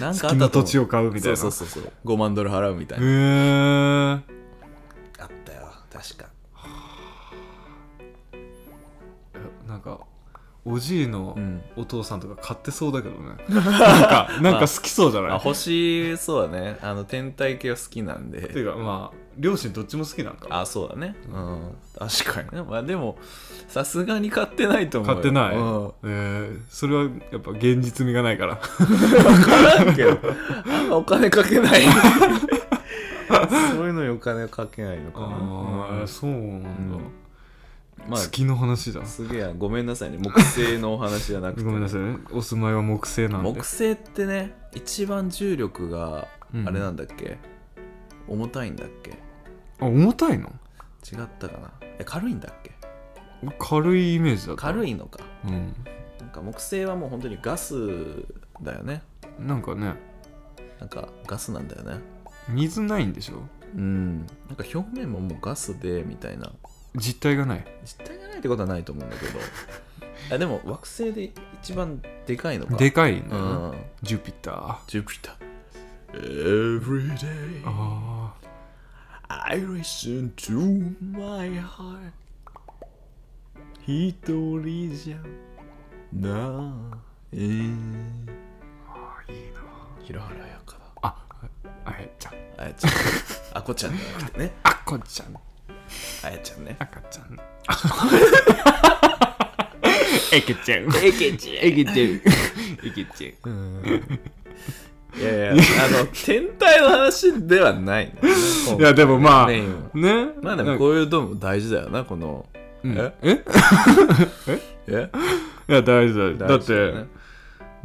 Speaker 1: いななんか
Speaker 2: 月
Speaker 1: あった
Speaker 2: の
Speaker 1: と
Speaker 2: 土地を
Speaker 1: 思う
Speaker 2: 買うみたいな
Speaker 1: そうそうそうそう5万ドル払うみたい
Speaker 2: へ
Speaker 1: な、
Speaker 2: え
Speaker 1: あったよ確か
Speaker 2: なんかおじいの
Speaker 1: うん
Speaker 2: お父さんとか買ってそうだけどね、 なんか なんか好きそうじゃない、
Speaker 1: あ欲しそうだねあの天体系は好きなん
Speaker 2: ってい
Speaker 1: で
Speaker 2: うかまあ両親どっちも好きなんか
Speaker 1: あそうだねうん確かにねまあでもさすがに買ってないと思う
Speaker 2: 買って
Speaker 1: よ
Speaker 2: ない、
Speaker 1: うん
Speaker 2: えーそれはやっぱ現実味がないから
Speaker 1: からんけどあんまお金かけ ないそういうのにお金かけないのか
Speaker 2: ああ、
Speaker 1: な
Speaker 2: そうなんだ、
Speaker 1: うんまあ
Speaker 2: 月の話だ
Speaker 1: すげえごめんなさいね木星のお話じゃなくて
Speaker 2: ごめんなさいねお住まいは木星なんで
Speaker 1: 木星ってね一番重力があれなんだっけ、重たいんだっけ
Speaker 2: あ重たいの
Speaker 1: 違ったかなえ軽いんだっけ
Speaker 2: 軽いイメージだった
Speaker 1: 軽
Speaker 2: い
Speaker 1: いのか
Speaker 2: うん
Speaker 1: なんか木星はもう本当にガスだよね
Speaker 2: なんかね
Speaker 1: なんかガスなんだよね
Speaker 2: 水ないんでしょ
Speaker 1: うんなんか表面ももうガスでみたいな
Speaker 2: 実体がない
Speaker 1: 実体がないってことはないと思うんだけど あでも惑星で一番でかいのか
Speaker 2: でかいん
Speaker 1: う
Speaker 2: だよな、
Speaker 1: ん
Speaker 2: ジュピターあ
Speaker 1: ジュピター Every day
Speaker 2: あ
Speaker 1: I listen to my heart 一人じゃないいいな平原やか
Speaker 2: ああやちゃん
Speaker 1: だあやちゃ んあこちゃんじゃなくてね
Speaker 2: あこちゃん
Speaker 1: あやちゃんね
Speaker 2: あかちゃ んえけちゃん
Speaker 1: えけち
Speaker 2: えけちゃんえけちゃん
Speaker 1: いやいやあの天体の話ではないんだよね、今 回
Speaker 2: いやでもまあ
Speaker 1: メインは
Speaker 2: ね
Speaker 1: まあでもこういうのも大事だよなこの
Speaker 2: うん
Speaker 1: え
Speaker 2: え
Speaker 1: え
Speaker 2: いや大事だよだ
Speaker 1: 大
Speaker 2: っ
Speaker 1: 事よ
Speaker 2: て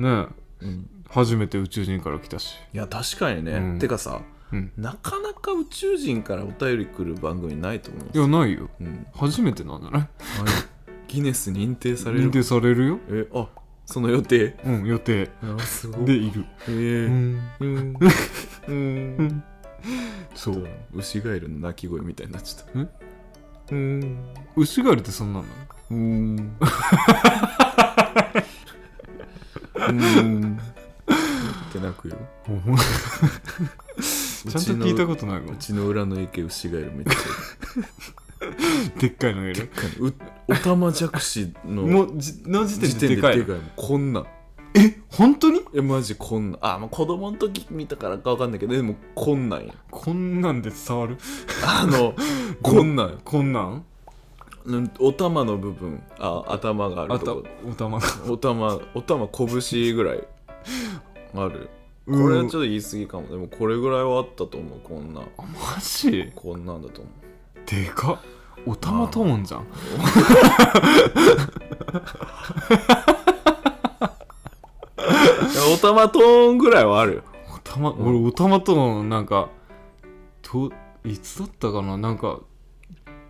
Speaker 1: ね
Speaker 2: ね
Speaker 1: うん
Speaker 2: 初めて宇宙人から来たし
Speaker 1: いや確かにね、
Speaker 2: うん
Speaker 1: てかさ
Speaker 2: うん
Speaker 1: なかなか宇宙人からお便り来る番組ないと思うんで
Speaker 2: い
Speaker 1: すよ、
Speaker 2: やないよ
Speaker 1: うん、
Speaker 2: 初めてなんじゃない
Speaker 1: ギネス認定され
Speaker 2: 認
Speaker 1: る
Speaker 2: 定されるよ
Speaker 1: えあその予定
Speaker 2: うん予定
Speaker 1: あすご
Speaker 2: でいる
Speaker 1: え
Speaker 2: う
Speaker 1: ー、
Speaker 2: ん
Speaker 1: うんうん
Speaker 2: んそう
Speaker 1: 牛ガエルの鳴き声みたいになっちゃった
Speaker 2: うん牛狩りってそんなんなの
Speaker 1: うーんうーんってなくよ
Speaker 2: ほんまちゃんと聞いたことないか
Speaker 1: う
Speaker 2: も
Speaker 1: ちの裏の池牛ガエルめっちゃい
Speaker 2: でっかいのがいる
Speaker 1: るうおたまじゃくしの
Speaker 2: もうじの時点
Speaker 1: 時
Speaker 2: で
Speaker 1: 点で
Speaker 2: で
Speaker 1: で
Speaker 2: か
Speaker 1: か
Speaker 2: い
Speaker 1: いもんこんなん
Speaker 2: 本当に
Speaker 1: えマジこんなんあまあ子供の時見たからかわかんないけどでもこんなんや
Speaker 2: こんなんで伝わる
Speaker 1: あのこんなん
Speaker 2: こんなん
Speaker 1: うんお玉の部分あ頭があ
Speaker 2: あ
Speaker 1: る
Speaker 2: た
Speaker 1: と
Speaker 2: おたまが
Speaker 1: こお玉お玉拳ぐらいあるこれはちょっと言い過ぎかもでもこれぐらいはあったと思うこんなん
Speaker 2: マジ
Speaker 1: こんなんだと思う
Speaker 2: でかっおたまともんじゃん
Speaker 1: いやお玉トーンぐらいはあるよ
Speaker 2: おたま、
Speaker 1: うん
Speaker 2: 俺おたまとのなんかといつだったかななんか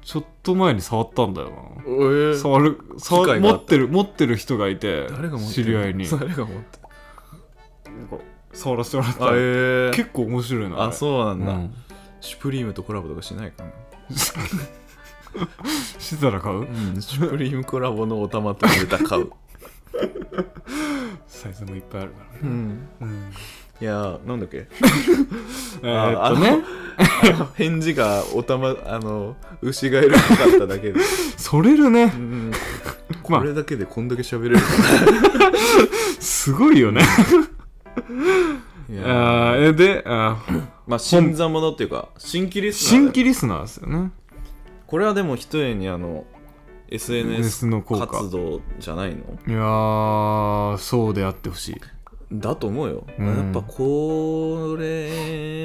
Speaker 2: ちょっと前に触ったんだよ
Speaker 1: え
Speaker 2: な触る触
Speaker 1: 機
Speaker 2: る
Speaker 1: 会
Speaker 2: 持
Speaker 1: があった
Speaker 2: ってる持ってる人がいて
Speaker 1: 誰が持って
Speaker 2: 知
Speaker 1: る
Speaker 2: り合いに
Speaker 1: 誰が持ってる
Speaker 2: 触らせてもらった
Speaker 1: あ
Speaker 2: の、
Speaker 1: えー、
Speaker 2: 結構面白いな
Speaker 1: あそうなんだ、
Speaker 2: うん
Speaker 1: シュプリームとコラボとかしないかな
Speaker 2: してたら買う
Speaker 1: うん、シュプリームコラボのお玉とネタ買う、
Speaker 2: サイズもいっぱいあるからね、
Speaker 1: うん、
Speaker 2: うん、
Speaker 1: いやーなんだっけ
Speaker 2: えーっと ね
Speaker 1: 返事がお玉あの牛がいるなかっただけで、
Speaker 2: それるね
Speaker 1: うん、
Speaker 2: ま
Speaker 1: こ
Speaker 2: あ
Speaker 1: れだけでこんだけ喋れるか
Speaker 2: すごいよね
Speaker 1: らいやー
Speaker 2: あーえであー
Speaker 1: まあ新参者っていうか新規リスナーだよ
Speaker 2: 新規リスナーですよね
Speaker 1: これはでも一重にあの SNS
Speaker 2: SNS の効果
Speaker 1: 活動じゃないの
Speaker 2: いやーそうであってほしい
Speaker 1: だと思うよ、
Speaker 2: うん
Speaker 1: やっぱこれ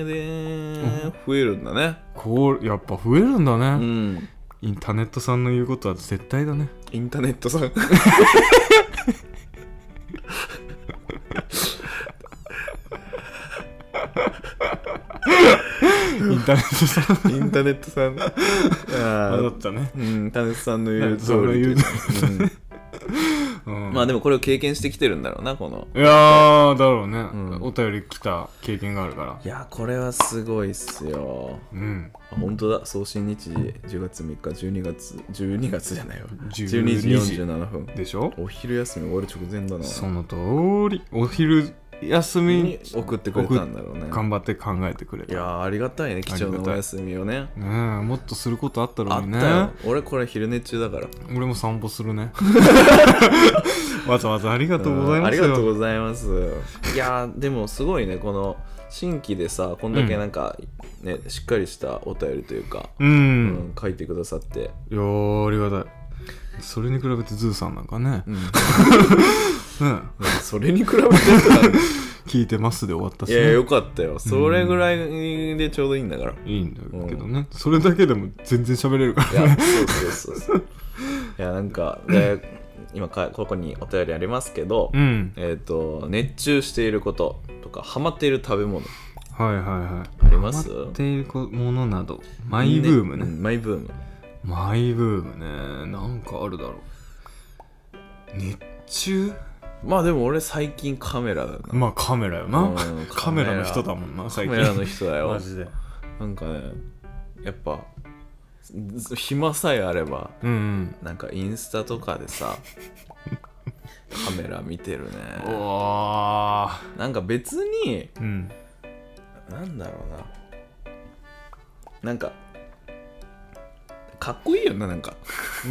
Speaker 1: で増えるんだね
Speaker 2: こうやっぱ増えるんだ
Speaker 1: う
Speaker 2: ね、
Speaker 1: ん
Speaker 2: インターネットさんの言うことは絶対だね
Speaker 1: インターネット さん
Speaker 2: インターネットさん
Speaker 1: インターネットさんあ
Speaker 2: だ
Speaker 1: ー
Speaker 2: ったね
Speaker 1: うんインターネットさんの言う
Speaker 2: そ
Speaker 1: 通
Speaker 2: の言
Speaker 1: り
Speaker 2: ううん
Speaker 1: うんまあでもこれを経験してきてるんだろうなこの
Speaker 2: いやーだろうね、
Speaker 1: ん
Speaker 2: お便り来た経験があるから
Speaker 1: いやこれはすごいっすよ
Speaker 2: うん
Speaker 1: あ本当だ送信日時10月3日12月12月じゃないわ
Speaker 2: 12
Speaker 1: 12時47分
Speaker 2: でしょ
Speaker 1: お昼休み終わる直前だな
Speaker 2: その通りお昼休みに
Speaker 1: に送ってくれたんだろうね
Speaker 2: 頑張って考えてくれ
Speaker 1: い
Speaker 2: た
Speaker 1: やーありがたいね貴重なお休みをね
Speaker 2: ねえもっとすることあった
Speaker 1: あ
Speaker 2: ろう
Speaker 1: ったよ
Speaker 2: ね
Speaker 1: 俺これ昼寝中だから
Speaker 2: 俺も散歩する ねわざわざありがとうござい
Speaker 1: あ
Speaker 2: ま
Speaker 1: り
Speaker 2: す
Speaker 1: がとう
Speaker 2: よ
Speaker 1: ございますいやーでもすごいねこの新規でさこんだけなんか、ねしっかりしたお便りというか、
Speaker 2: うん、
Speaker 1: うん書いてくださって、
Speaker 2: いやーありがたいそれに比べてズーさんなんか ね、
Speaker 1: うん
Speaker 2: ね
Speaker 1: それに比べてさ
Speaker 2: 聞いてますで終わったし、
Speaker 1: い
Speaker 2: ね、
Speaker 1: やよかったよそれぐらいでちょうどい いんだから、
Speaker 2: いいんだけどね、それだけでも全然喋れるから
Speaker 1: いやそうそうそうそういやなんかで今かここにお便りありますけど、
Speaker 2: うん
Speaker 1: えっ、と熱中していることとかハマっている食べ物
Speaker 2: はいはいはい
Speaker 1: あります
Speaker 2: ハマっているものなどマイブームね
Speaker 1: うんマイブーム
Speaker 2: マイブームねなんかあるだろう熱中
Speaker 1: まあでも俺最近カメラだな
Speaker 2: まあカメラよな、
Speaker 1: うん
Speaker 2: カメラの人だもんな
Speaker 1: カ
Speaker 2: 最近
Speaker 1: メラの人だよ
Speaker 2: マジで
Speaker 1: なんかねやっぱず暇さえあれば
Speaker 2: うん
Speaker 1: なんかインスタとかでさカメラ見てる
Speaker 2: う
Speaker 1: ね
Speaker 2: わ
Speaker 1: なんか別に
Speaker 2: ーうん
Speaker 1: なんだろうななんかかっこいいよななんか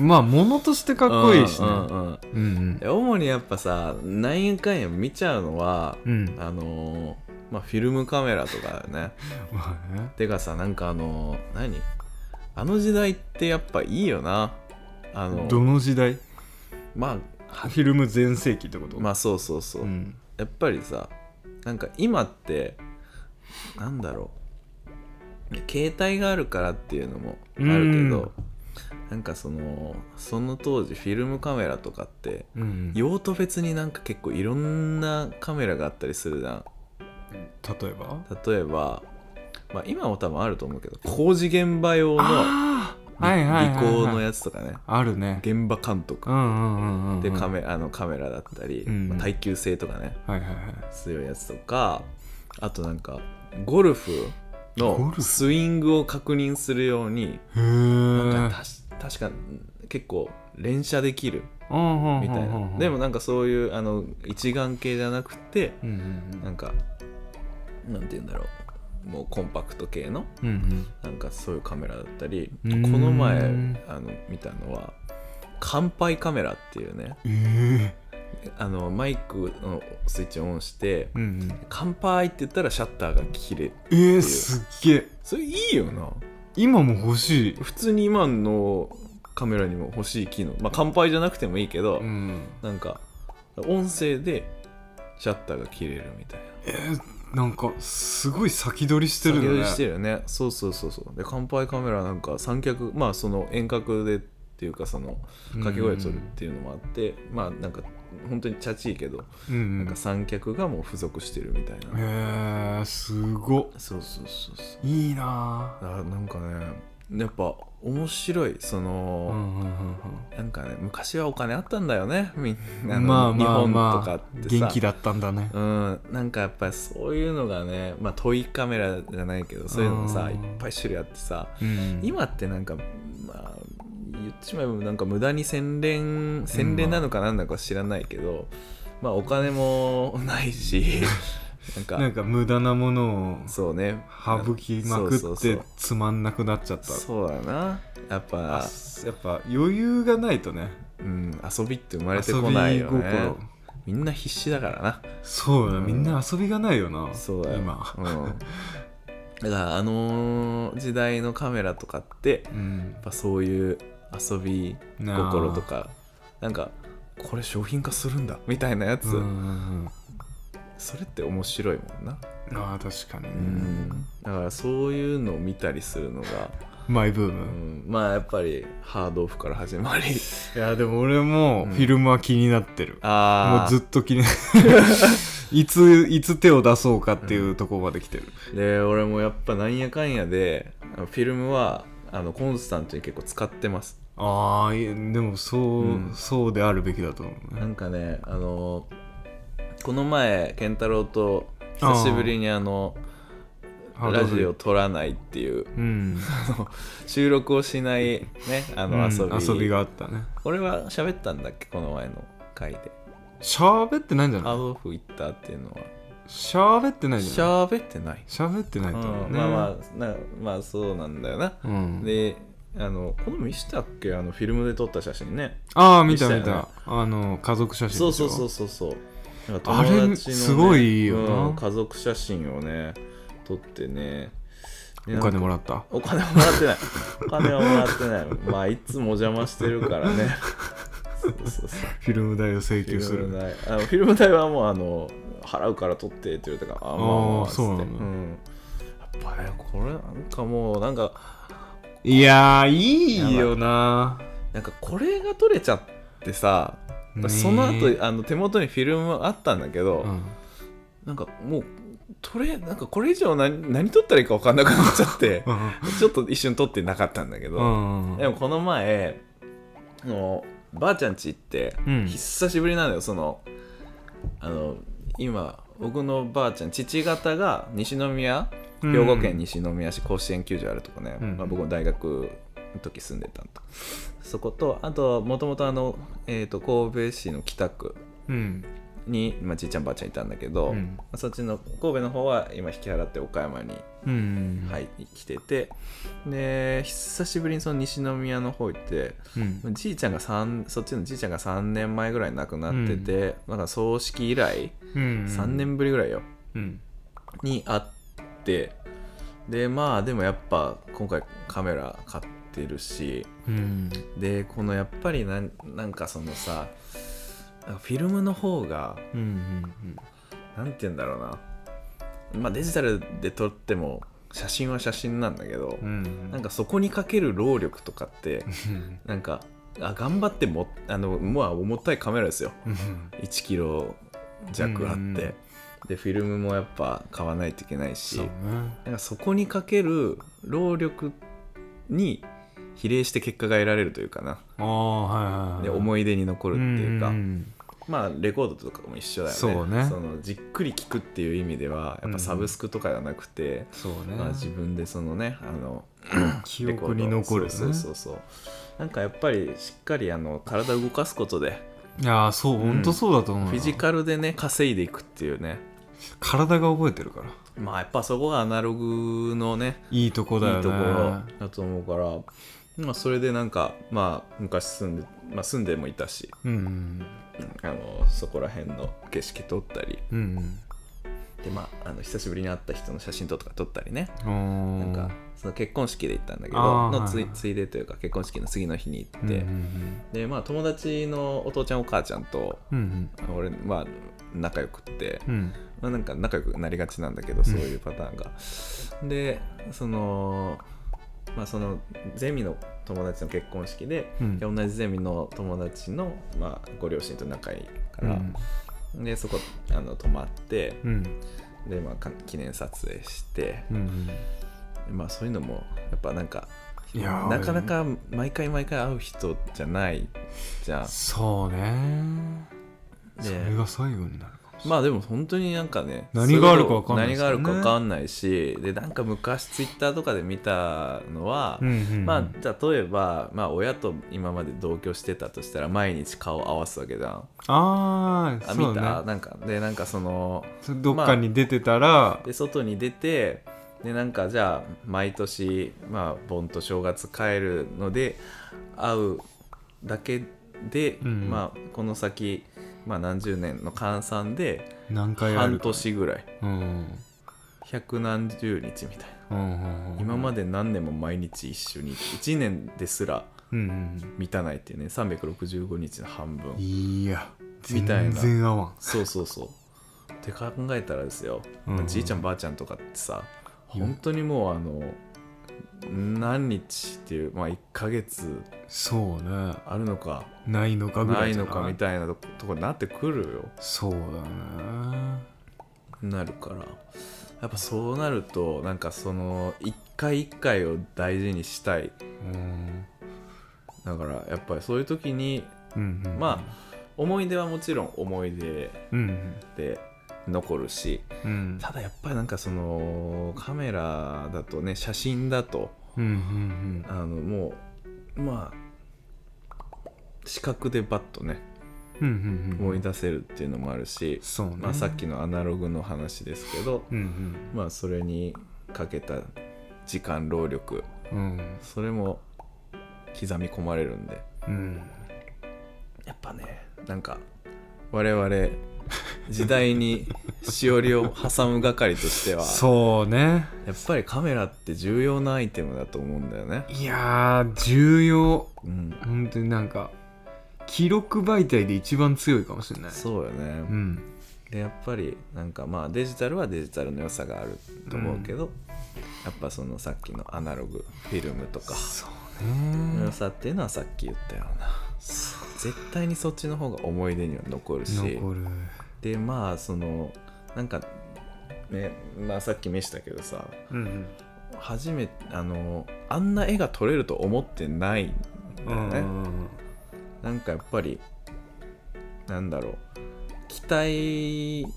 Speaker 2: まあものとしてかっこいいしね
Speaker 1: うんうんうん
Speaker 2: うん
Speaker 1: で主にやっぱさ何やかんや見ちゃうのは
Speaker 2: うんうん
Speaker 1: あのーまあフィルムカメラとかだよね
Speaker 2: まあね
Speaker 1: てかさなんかあのー何あの時代ってやっぱいいよなあの
Speaker 2: どの時代
Speaker 1: まあ
Speaker 2: フィルム全盛期ってこと
Speaker 1: まあそうそうそう、
Speaker 2: うん
Speaker 1: やっぱりさなんか今ってなんだろう携帯があるからっていうのもあるけどなんかそのその当時フィルムカメラとかって
Speaker 2: うん例
Speaker 1: 用途別になんか結構いろんなカメラがあったりするじゃん
Speaker 2: えば
Speaker 1: 例えば、まあ、今も多分あると思うけど工事現場用の
Speaker 2: ああはいはい
Speaker 1: リ
Speaker 2: は
Speaker 1: コ
Speaker 2: いはい
Speaker 1: ーのやつとかね
Speaker 2: あるね
Speaker 1: 現場感とか
Speaker 2: うんうんうんうんうん
Speaker 1: でカメあのカメラだったり、
Speaker 2: うん
Speaker 1: まあ耐久性とかね
Speaker 2: はいはいはい
Speaker 1: 強いやつとかあとなんかゴルフ
Speaker 2: ゴ
Speaker 1: の
Speaker 2: ルフ
Speaker 1: スイングを確認するように
Speaker 2: へえ
Speaker 1: なんかたし確か結構連射できるみ
Speaker 2: み
Speaker 1: たいなでもなんかそういうあの一眼系じゃなくて
Speaker 2: うん
Speaker 1: なんかなんて言うんだろうもうコンパクト系の
Speaker 2: うんうんうん
Speaker 1: なんかそういうカメラだったり
Speaker 2: う
Speaker 1: こ
Speaker 2: ーん
Speaker 1: の前あの見たのは乾杯カメラっていうね
Speaker 2: うんえ
Speaker 1: あのマイクのスイッチをオンして
Speaker 2: えうんうん
Speaker 1: 乾杯って言ったらシャッターが切れる
Speaker 2: ええすっげえ
Speaker 1: それいいよな
Speaker 2: 今も欲しい
Speaker 1: 普通に今のカメラにも欲しい機能まあ乾杯じゃなくてもいいけど、
Speaker 2: うん
Speaker 1: なんか音声でシャッターが切れるみたいな
Speaker 2: えー、なんかすごい先取りしてる
Speaker 1: 先取
Speaker 2: よ
Speaker 1: り
Speaker 2: ね
Speaker 1: してるよねそうそうそうそうで乾杯カメラなんか三脚まあその遠隔でっていうかその掛け声取るっていうのもあって、まあなんか本当にチャチいけど、
Speaker 2: うんうん
Speaker 1: なんか三脚がもう付属してるみたいな、
Speaker 2: へえー、すごっ
Speaker 1: そうそうそうそう
Speaker 2: いいなぁ
Speaker 1: あなんかねやっぱ面白いその、
Speaker 2: んうん
Speaker 1: なんかね昔はお金あったんだよねみんなの
Speaker 2: まあまあ
Speaker 1: 日本
Speaker 2: ま
Speaker 1: と
Speaker 2: あ
Speaker 1: かってさ
Speaker 2: 元気だったんだね
Speaker 1: うんなんかやっぱりそういうのがねまあトイカメラじゃないけどそういうのもさ
Speaker 2: うん
Speaker 1: いっぱい種類あってさ
Speaker 2: うん
Speaker 1: 今ってなんかまあ言ってしまえばなんか無駄に洗練洗練なのかなんだか知らないけど、まあお金もないしなんか
Speaker 2: なんか無駄なものを
Speaker 1: そうね
Speaker 2: 省きまく
Speaker 1: そ
Speaker 2: っ
Speaker 1: うそう
Speaker 2: て
Speaker 1: そう
Speaker 2: つまんなくなっちゃった
Speaker 1: そうだなやっぱ
Speaker 2: あ、やっぱ余裕がないとね
Speaker 1: うん、遊びって生まれて
Speaker 2: 遊
Speaker 1: こ
Speaker 2: び
Speaker 1: ないよ
Speaker 2: 心
Speaker 1: ねみんな必死だからな
Speaker 2: そうだ
Speaker 1: うん
Speaker 2: みんな遊びがないよな
Speaker 1: そうだよ
Speaker 2: 今
Speaker 1: うん、だからあの時代のカメラとかってや
Speaker 2: うん
Speaker 1: っぱそういう遊び
Speaker 2: なあ
Speaker 1: 心とかなんかこれ商品化するんだみたいなやつ、
Speaker 2: うんうんうん
Speaker 1: それって面白いもんな、
Speaker 2: あー確かに
Speaker 1: う
Speaker 2: ね
Speaker 1: んだからそういうのを見たりするのが、
Speaker 2: マイブー
Speaker 1: う
Speaker 2: ム
Speaker 1: ん、まあやっぱりハードオフから始 まり
Speaker 2: いやでも俺もフィルムは気になってるも
Speaker 1: あ
Speaker 2: う
Speaker 1: あ
Speaker 2: ずっと気にな いついつ手を出そうかっていうところまで来てる、
Speaker 1: で俺もやっぱなんやかんやであのフィルムはあのコンスタントに結構使ってます
Speaker 2: ああいやでもそう、
Speaker 1: うん
Speaker 2: そうであるべきだと思う
Speaker 1: な
Speaker 2: ね
Speaker 1: んかねあのこの前健太郎と久しぶりにあのラジオ撮らないっていう
Speaker 2: うん
Speaker 1: 収録をしないねあの遊び,、
Speaker 2: うん遊びがあったね
Speaker 1: 俺は喋ったんだっけこの前の回で
Speaker 2: 喋ってないんじゃ
Speaker 1: ハ
Speaker 2: な
Speaker 1: ー
Speaker 2: い
Speaker 1: ドオフ行ったっていうのは
Speaker 2: 喋ってないんじゃない
Speaker 1: 喋ってない、
Speaker 2: 喋ってないと思う、ね
Speaker 1: うんまあまあなまあそうなんだよな、
Speaker 2: うん、
Speaker 1: であのこの見したっけあのフィルムで撮った写真ね
Speaker 2: ああ見た見
Speaker 1: 見た
Speaker 2: た、
Speaker 1: よね
Speaker 2: あの家族写真でし
Speaker 1: そ
Speaker 2: ょ
Speaker 1: うそうそうそうそうなんか
Speaker 2: あれ
Speaker 1: 友達のね
Speaker 2: すごいいいよな
Speaker 1: うん家族写真をね撮ってねで
Speaker 2: お金も
Speaker 1: なんから
Speaker 2: った
Speaker 1: お金はもらってない お金はもらってないまあいつもお邪魔してるからねそうそうそう
Speaker 2: フィルム代を請
Speaker 1: フ
Speaker 2: 求す
Speaker 1: ィルム
Speaker 2: る
Speaker 1: 代あのフィルム代はもうあの払うから取ってって言われたからあまあま
Speaker 2: あ
Speaker 1: あ
Speaker 2: ーそうなんだ
Speaker 1: つってんやっぱねこれなんかもうなんか
Speaker 2: いやーいいよな
Speaker 1: なんかこれが取れちゃってさ
Speaker 2: ねえ
Speaker 1: その後あの手元にフィルムあったんだけど、
Speaker 2: うん
Speaker 1: なんかもう取れなんかこれ以上何何撮ったらいいか分かんなくなっちゃって
Speaker 2: うん
Speaker 1: ちょっと一瞬撮ってなかったんだけど、
Speaker 2: うん
Speaker 1: でもこの前あのばあちゃん家行って、
Speaker 2: うん
Speaker 1: 久しぶりなのよそのあの今僕のばあちゃん父方が西宮
Speaker 2: うん
Speaker 1: 兵庫県西宮市甲子園球場あるとこね、
Speaker 2: うん
Speaker 1: まあ、僕も大学の時住んでたんだそことあともともとあの、えー、と神戸市の北区
Speaker 2: うん
Speaker 1: に、まあ、じいちゃんばあちゃんいたんだけど、
Speaker 2: うん
Speaker 1: まあそっちの神戸の方は今引き払って岡山に
Speaker 2: うん
Speaker 1: はい、来ててで久しぶりにその西宮の方行って
Speaker 2: うん
Speaker 1: じいちゃんが3そっちのじいちゃんが3年前ぐらい亡くなってて、なんか葬式以来
Speaker 2: うん
Speaker 1: 3年ぶりぐらいよ、
Speaker 2: うん
Speaker 1: に会ってでまあでもやっぱ今回カメラ買ってるし
Speaker 2: うん
Speaker 1: でこのやっぱりなんなんかそのさなんかフィルムの方が
Speaker 2: うんうん
Speaker 1: なんて言うんだろうなまあデジタルで撮っても写真は写真なんだけど、
Speaker 2: うん
Speaker 1: なんかそこにかける労力とかって
Speaker 2: うん
Speaker 1: なんかあ頑張ってもあのまあ重たいカメラですよ
Speaker 2: うん
Speaker 1: 1キロ弱あっ
Speaker 2: う
Speaker 1: て、
Speaker 2: ん
Speaker 1: でフィルムもやっぱ買わないといけないし
Speaker 2: そうね
Speaker 1: なんかそこにかける労力に比例して結果が得られるというかな、
Speaker 2: ああはいはいはい
Speaker 1: で思い出に残るっていうか、
Speaker 2: ん
Speaker 1: まあレコードとかも一緒だよね
Speaker 2: そうね
Speaker 1: のじっくり聴くっていう意味ではやっぱサブスクとかじゃなくて、
Speaker 2: そうね
Speaker 1: まあ、自分でそのねあの
Speaker 2: 記憶に残るね
Speaker 1: そうそうそうそうなんかやっぱりしっかりあの体を動かすことで
Speaker 2: いやーそう本当そうだと思うな
Speaker 1: フィジカルでね稼いでいくっていうね
Speaker 2: 体が覚えてるから
Speaker 1: まあやっぱそこがアナログのね
Speaker 2: いいとこだよね
Speaker 1: いいところだと思うから、まあ、それでなんかまあ昔住んで、まあ、住んでもいたし
Speaker 2: うん
Speaker 1: あのそこら辺の景色撮ったり
Speaker 2: うんうん
Speaker 1: でまああの久しぶりに会った人の写真とか撮ったりね
Speaker 2: うん
Speaker 1: なんかその結婚式で行ったんだけど
Speaker 2: あー
Speaker 1: のつ
Speaker 2: はい
Speaker 1: い
Speaker 2: はい
Speaker 1: ついでというか結婚式の次の日に行
Speaker 2: う
Speaker 1: っ
Speaker 2: ん
Speaker 1: て、
Speaker 2: うん
Speaker 1: でまあ友達のお父ちゃんお母ちゃんと
Speaker 2: うん
Speaker 1: 俺まあ仲良くって、
Speaker 2: うんうん
Speaker 1: まあ、なんか仲良くなりがちなんだけどそういうパターンが。でそのまあそのゼミの友達の結婚式で、
Speaker 2: うん
Speaker 1: で同じゼミの友達の、まあ、ご両親と仲いいか
Speaker 2: う
Speaker 1: ら、
Speaker 2: ん
Speaker 1: でそこあの泊まって
Speaker 2: うん
Speaker 1: で、まあ、か記念撮影して、
Speaker 2: うん
Speaker 1: まあそういうのもやっぱなんか
Speaker 2: いやー
Speaker 1: なかなか毎回毎回会う人じゃないじゃん。
Speaker 2: そうね
Speaker 1: で
Speaker 2: それが最後になるかもしれない
Speaker 1: まあでも本当になんかね
Speaker 2: 何があるかわかんない
Speaker 1: そ
Speaker 2: で
Speaker 1: う
Speaker 2: す
Speaker 1: 何
Speaker 2: よ
Speaker 1: があ
Speaker 2: ね
Speaker 1: るかわかんないしでなんか昔ツイッターとかで見たのは、
Speaker 2: うんうん
Speaker 1: まあ例えば、まあ、親と今まで同居してたとしたら毎日顔合わすわけじゃん
Speaker 2: ああ
Speaker 1: あ
Speaker 2: そ
Speaker 1: 見
Speaker 2: う
Speaker 1: た、
Speaker 2: だね
Speaker 1: なんかでなんかその
Speaker 2: そどっかに出てたら
Speaker 1: で外に出てでなんかじゃあ毎年まあ盆と正月帰るので会うだけで、
Speaker 2: うん
Speaker 1: まあこの先、まあ、何十年の換算で
Speaker 2: 何回ある
Speaker 1: 半
Speaker 2: か
Speaker 1: 年ぐらい
Speaker 2: うん
Speaker 1: 百何十日みたいな
Speaker 2: うんうんうん
Speaker 1: 今まで何年も毎日一緒に1年ですら
Speaker 2: うんうん
Speaker 1: 満たないっていうね365日の半
Speaker 2: うん
Speaker 1: 分
Speaker 2: いや
Speaker 1: みたい
Speaker 2: 全
Speaker 1: な
Speaker 2: 然合わん
Speaker 1: そうそうそうって考えたらですよ、
Speaker 2: うんうん
Speaker 1: じいちゃんばあちゃんとかってさ
Speaker 2: いや
Speaker 1: 本当にもうあの何日っていうまあ1ヶ月
Speaker 2: そうね
Speaker 1: あるのか
Speaker 2: ないのかぐ
Speaker 1: な
Speaker 2: らい
Speaker 1: い
Speaker 2: じゃ
Speaker 1: のかみたいなとことこになってくるよ
Speaker 2: そうだね
Speaker 1: なるからやっぱそうなるとなんかその一回一回を大事にしたい
Speaker 2: うん
Speaker 1: だからやっぱりそういう時に
Speaker 2: うんうん
Speaker 1: まあ思い出はもちろん思い出
Speaker 2: うん
Speaker 1: で残るし
Speaker 2: うんうん
Speaker 1: ただやっぱりなんかそのカメラだとね写真だと
Speaker 2: うんうん
Speaker 1: あのもうまあ視覚でバッとね
Speaker 2: うんうんうん
Speaker 1: 思い出せるっていうのもあるし、
Speaker 2: そうね
Speaker 1: まあ、さっきのアナログの話ですけど、
Speaker 2: うん
Speaker 1: まあそれにかけた時間労力
Speaker 2: うん
Speaker 1: それも刻み込まれるんで
Speaker 2: うんうん
Speaker 1: やっぱねなんか我々時代にしおりを挟む係としては
Speaker 2: そうね
Speaker 1: やっぱりカメラって重要なアイテムだと思うんだよね。
Speaker 2: いやー重要
Speaker 1: うん、
Speaker 2: 本当になんか記録媒体で一番強いかもしれない
Speaker 1: そうよね、
Speaker 2: うん
Speaker 1: でやっぱりなんかまあデジタルはデジタルの良さがあると思うけど、やっぱそのさっきのアナログフィルムとか
Speaker 2: そう
Speaker 1: の良さっていうのはさっき言ったような絶対にそっちの方が思い出には残るし
Speaker 2: 残る
Speaker 1: でまあそのなんかねまあさっき見したけどさ
Speaker 2: うん
Speaker 1: 初めてあのあんな絵が撮れると思ってないんだ
Speaker 2: う
Speaker 1: よ
Speaker 2: ん
Speaker 1: ね、なんかやっぱりなんだろう期待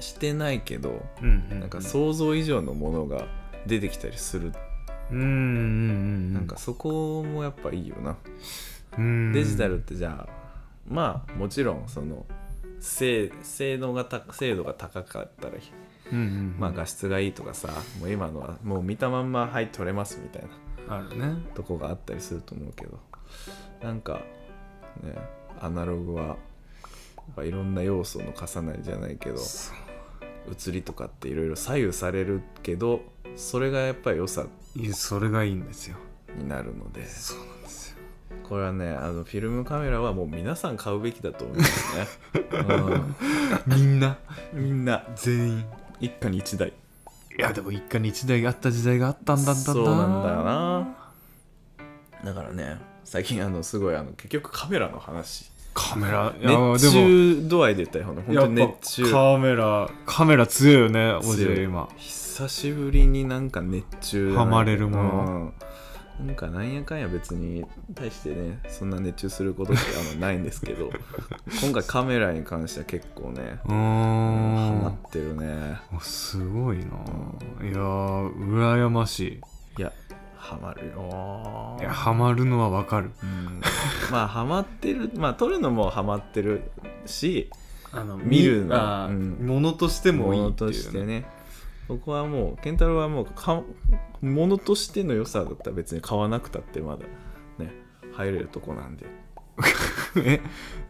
Speaker 1: してないけど
Speaker 2: うん
Speaker 1: なんか想像以上のものが出てきたりする、
Speaker 2: うんうんうん
Speaker 1: なんかそこもやっぱいいよな、
Speaker 2: うん
Speaker 1: デジタルってじゃあまあもちろんその精精度がた精度が高かったら、
Speaker 2: うんうん
Speaker 1: まあ、画質がいいとかさもう今のはもう見たまんまはい撮れますみたいな
Speaker 2: あるね
Speaker 1: とこがあったりすると思うけどなんかねアナログはやっぱいろんな要素の重なりじゃないけど映りとかっていろいろ左右されるけどそれがやっぱり良さ
Speaker 2: いやそれがいいんですよ
Speaker 1: になるので
Speaker 2: そうなんですよ
Speaker 1: これはねあのフィルムカメラはもう皆さん買うべきだと思うんですね、
Speaker 2: みんな
Speaker 1: うんみんな
Speaker 2: 全員
Speaker 1: 一家に一台
Speaker 2: いやでも一家に一台があった時代があったんだんだんだ
Speaker 1: そうなんだよなだからね最近あのすごいあの結局カメラの話
Speaker 2: カメラいや
Speaker 1: 熱
Speaker 2: でも
Speaker 1: 中度合いで言ったよほん本当に
Speaker 2: やっぱ
Speaker 1: 熱中
Speaker 2: カメラカメラ強いよねおじ
Speaker 1: 強い
Speaker 2: 今
Speaker 1: 久しぶりになんか熱中だな
Speaker 2: ハマれるもの、
Speaker 1: うんなんかなんやかんや別に対してねそんな熱中することってあんまないんです けど今回カメラに関しては結構ね
Speaker 2: うー
Speaker 1: ハマ
Speaker 2: ん
Speaker 1: ってるね
Speaker 2: おすごいな、いやー羨まし
Speaker 1: いやハマるよ
Speaker 2: いいやハマるのはわかる
Speaker 1: うんまあハマってるまあ撮るのもハマってるし
Speaker 2: あの
Speaker 1: 見るの
Speaker 2: あー
Speaker 1: うん
Speaker 2: ものとしてもいい
Speaker 1: 物
Speaker 2: って
Speaker 1: と
Speaker 2: い
Speaker 1: し
Speaker 2: う
Speaker 1: て
Speaker 2: ね
Speaker 1: ねここはもう健太郎はもうか物としての良さだったら別に買わなくたってまだね入れるとこなんで
Speaker 2: え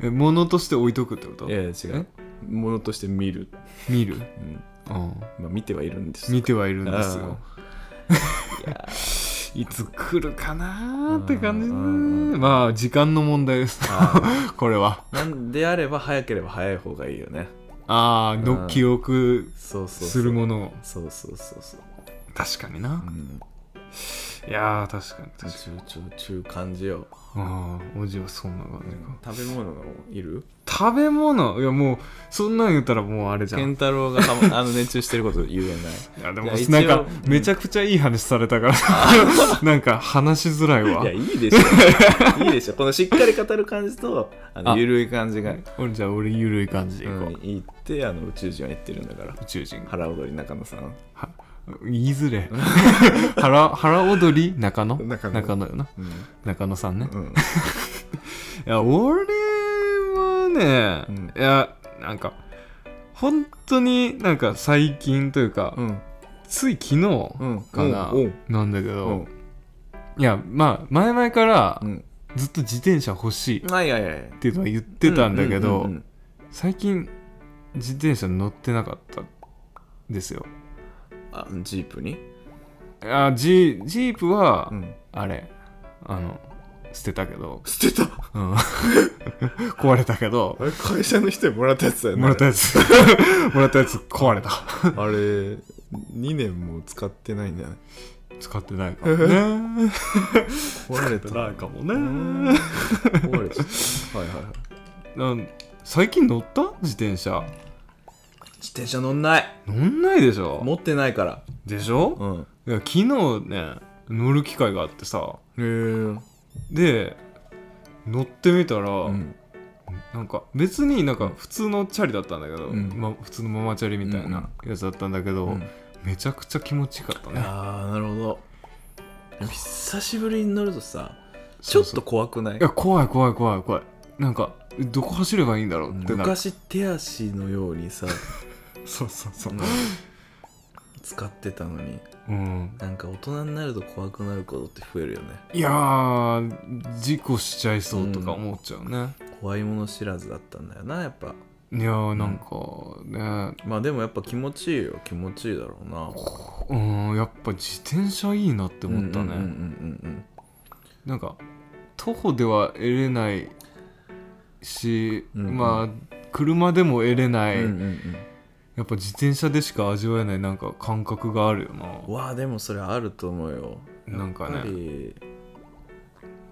Speaker 2: えものとして置いとくってこと
Speaker 1: いやいや違う物として見る、
Speaker 2: 見る、
Speaker 1: うん
Speaker 2: うん、
Speaker 1: まあ、見てはいるんです
Speaker 2: 見てはいるんですよ
Speaker 1: いや
Speaker 2: いつ来るかなーって感じね
Speaker 1: うん
Speaker 2: まあ時間の問題です
Speaker 1: あ
Speaker 2: これは
Speaker 1: ーなんであれば早ければ早い方がいいよね
Speaker 2: ああ
Speaker 1: うん
Speaker 2: の記憶
Speaker 1: そうそうそう
Speaker 2: するものを
Speaker 1: そうそうそうそう、
Speaker 2: 確かにな
Speaker 1: う、ん、
Speaker 2: いやー確かに確か
Speaker 1: 中中中感じよ、
Speaker 2: にああおじはそんな感じか
Speaker 1: 食べ物いる
Speaker 2: 食べ物いやもうそんなん言ったらもうあれじゃん
Speaker 1: 健
Speaker 2: い
Speaker 1: 太郎がハ マあの熱中してること言えない
Speaker 2: やでも
Speaker 1: いや一応
Speaker 2: なんか
Speaker 1: うん
Speaker 2: めちゃくちゃいい話されたから なんか話しづらいわ
Speaker 1: いや、いいでし ょ。いいでしょ。このしっかり語る感じと、あの、
Speaker 2: あ
Speaker 1: ゆるい感じが、
Speaker 2: 俺じゃあ俺ゆるい感じでいこう、
Speaker 1: うん、いいって、あの、宇宙人は言ってるんだから。
Speaker 2: 宇宙人
Speaker 1: 腹踊り中野さん。
Speaker 2: は言いづれ 腹腹踊り中野
Speaker 1: 中
Speaker 2: 中
Speaker 1: 野
Speaker 2: 野よな
Speaker 1: うん。
Speaker 2: 中野さんね、
Speaker 1: うん。
Speaker 2: いや俺はね、
Speaker 1: うん
Speaker 2: いやなんか本当になんか最近というか、
Speaker 1: うん。
Speaker 2: つい昨日
Speaker 1: うん
Speaker 2: かな、
Speaker 1: おうおう
Speaker 2: なんだけど、
Speaker 1: うん
Speaker 2: いやまあ前々から
Speaker 1: うん。
Speaker 2: ずっと自転車欲しいっ
Speaker 1: はいはいはい。
Speaker 2: ていうのは言ってたんだけど、
Speaker 1: うんうんうん
Speaker 2: 最近自転車乗ってなかったんですよ
Speaker 1: あジープに
Speaker 2: あジジープは、
Speaker 1: ん。
Speaker 2: あれあの捨てたけど、
Speaker 1: 捨てた
Speaker 2: うん壊れたけ ど
Speaker 1: あれ、会社の人にもらったやつだよね。
Speaker 2: もらったや つもらったやつ壊れた
Speaker 1: あれ、2年も使ってないん だよね。
Speaker 2: 使ってないかも ね
Speaker 1: 壊れ
Speaker 2: な
Speaker 1: た。
Speaker 2: いかも
Speaker 1: う
Speaker 2: ね
Speaker 1: ん壊れちゃった。はいはいはい。
Speaker 2: なん最近乗った自転車
Speaker 1: 自転車乗んない。
Speaker 2: 乗んないでしょ
Speaker 1: 持ってないから。
Speaker 2: でしょ、
Speaker 1: うん。
Speaker 2: い
Speaker 1: へ
Speaker 2: や昨日ね乗る機会があってさ
Speaker 1: え。うん。
Speaker 2: で乗ってみたら、
Speaker 1: うん
Speaker 2: なんか別になんか普通のチャリだったんだけど、
Speaker 1: うん
Speaker 2: ま、普通のママチャリみたいなやつだったんだけど、めちゃくちゃ気持ちよかったね
Speaker 1: ああなるほどでも久しぶりに乗るとさち
Speaker 2: そ
Speaker 1: ょ
Speaker 2: う
Speaker 1: っ
Speaker 2: そう
Speaker 1: と怖くない
Speaker 2: いや怖い怖い怖い怖いなんかどこ走ればいいんだろうってなる
Speaker 1: 昔手足のようにさ
Speaker 2: そうそうそ
Speaker 1: うん使ってたのに
Speaker 2: うん、
Speaker 1: なんか大人になると怖くなることって増えるよね
Speaker 2: いやー事故しちゃいそうとか思っちゃうね、
Speaker 1: 怖いもの知らずだったんだよなやっぱ
Speaker 2: いやーなんかね
Speaker 1: まあでもやっぱ気持ちいいよ気持ちいいだろうな
Speaker 2: うんやっぱ自転車いいなって思ったね、
Speaker 1: うんうんうん
Speaker 2: なんか徒歩では得れないし、
Speaker 1: うんうん
Speaker 2: まあ車でも得れな
Speaker 1: うん
Speaker 2: い、
Speaker 1: うんうんうん
Speaker 2: やっぱ自転車でしか味わえないなんか感覚があるよな
Speaker 1: うんわあでもそれあると思うよ
Speaker 2: なんか
Speaker 1: やっぱ
Speaker 2: ね
Speaker 1: り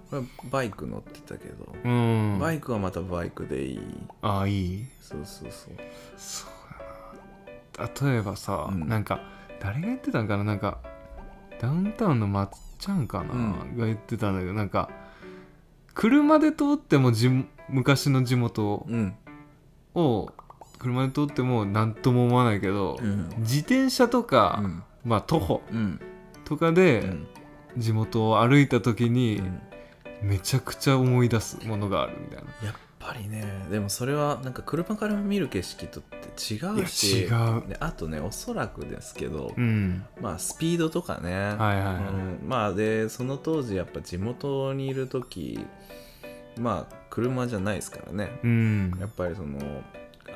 Speaker 1: これバイク乗ってたけど、
Speaker 2: うん
Speaker 1: バイクはまたバイクでいい
Speaker 2: ああいい
Speaker 1: そうそうそう
Speaker 2: そうやな例えばさ、
Speaker 1: うん
Speaker 2: なんか誰が言ってたんかななんかダウンタウンの松ちゃんかな、
Speaker 1: うん
Speaker 2: が言ってたんだけどなんか車で通ってもじ昔の地元
Speaker 1: うん
Speaker 2: を車で通っても何とも思わないけど、
Speaker 1: うん
Speaker 2: 自転車とか、
Speaker 1: うん
Speaker 2: まあ徒歩
Speaker 1: うん
Speaker 2: とか
Speaker 1: う
Speaker 2: で
Speaker 1: ん
Speaker 2: 地元を歩いた時
Speaker 1: う
Speaker 2: に
Speaker 1: ん
Speaker 2: めちゃくちゃ思い出すものがあるみたいな。
Speaker 1: やっぱりねでもそれはなんか車から見る景色とって違うし
Speaker 2: いや違う
Speaker 1: であとねおそらくですけど、
Speaker 2: うん、
Speaker 1: まあスピードとかね、
Speaker 2: はいはいはい、
Speaker 1: うん、まあでその当時やっぱ地元にいる時まあ車じゃないですからね
Speaker 2: うん
Speaker 1: やっぱりその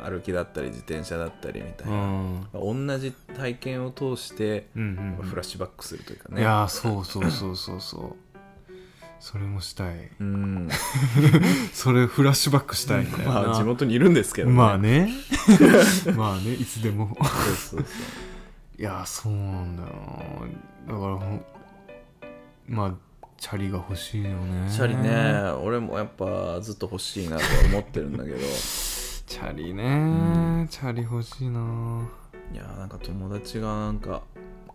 Speaker 1: 歩きだったり自転車だったりみたいな、
Speaker 2: うん
Speaker 1: まあ同じ体験を通して
Speaker 2: うんうんうん
Speaker 1: フラッシュバックするというか
Speaker 2: い
Speaker 1: ね、
Speaker 2: やーそうそうそうそうそうそれもしたい
Speaker 1: うん、
Speaker 2: それフラッシュバックしたいみたいな、
Speaker 1: まあ地元にいるんですけど
Speaker 2: まあね まあねいつでも
Speaker 1: そうそうそう
Speaker 2: いやーそうなんだよなだからほんまあチャリが欲しいよね
Speaker 1: チャリね俺もやっぱずっと欲しいなとは思ってるんだ けどい
Speaker 2: チャリね、チャリ欲しいな
Speaker 1: やーなんか友達がなんか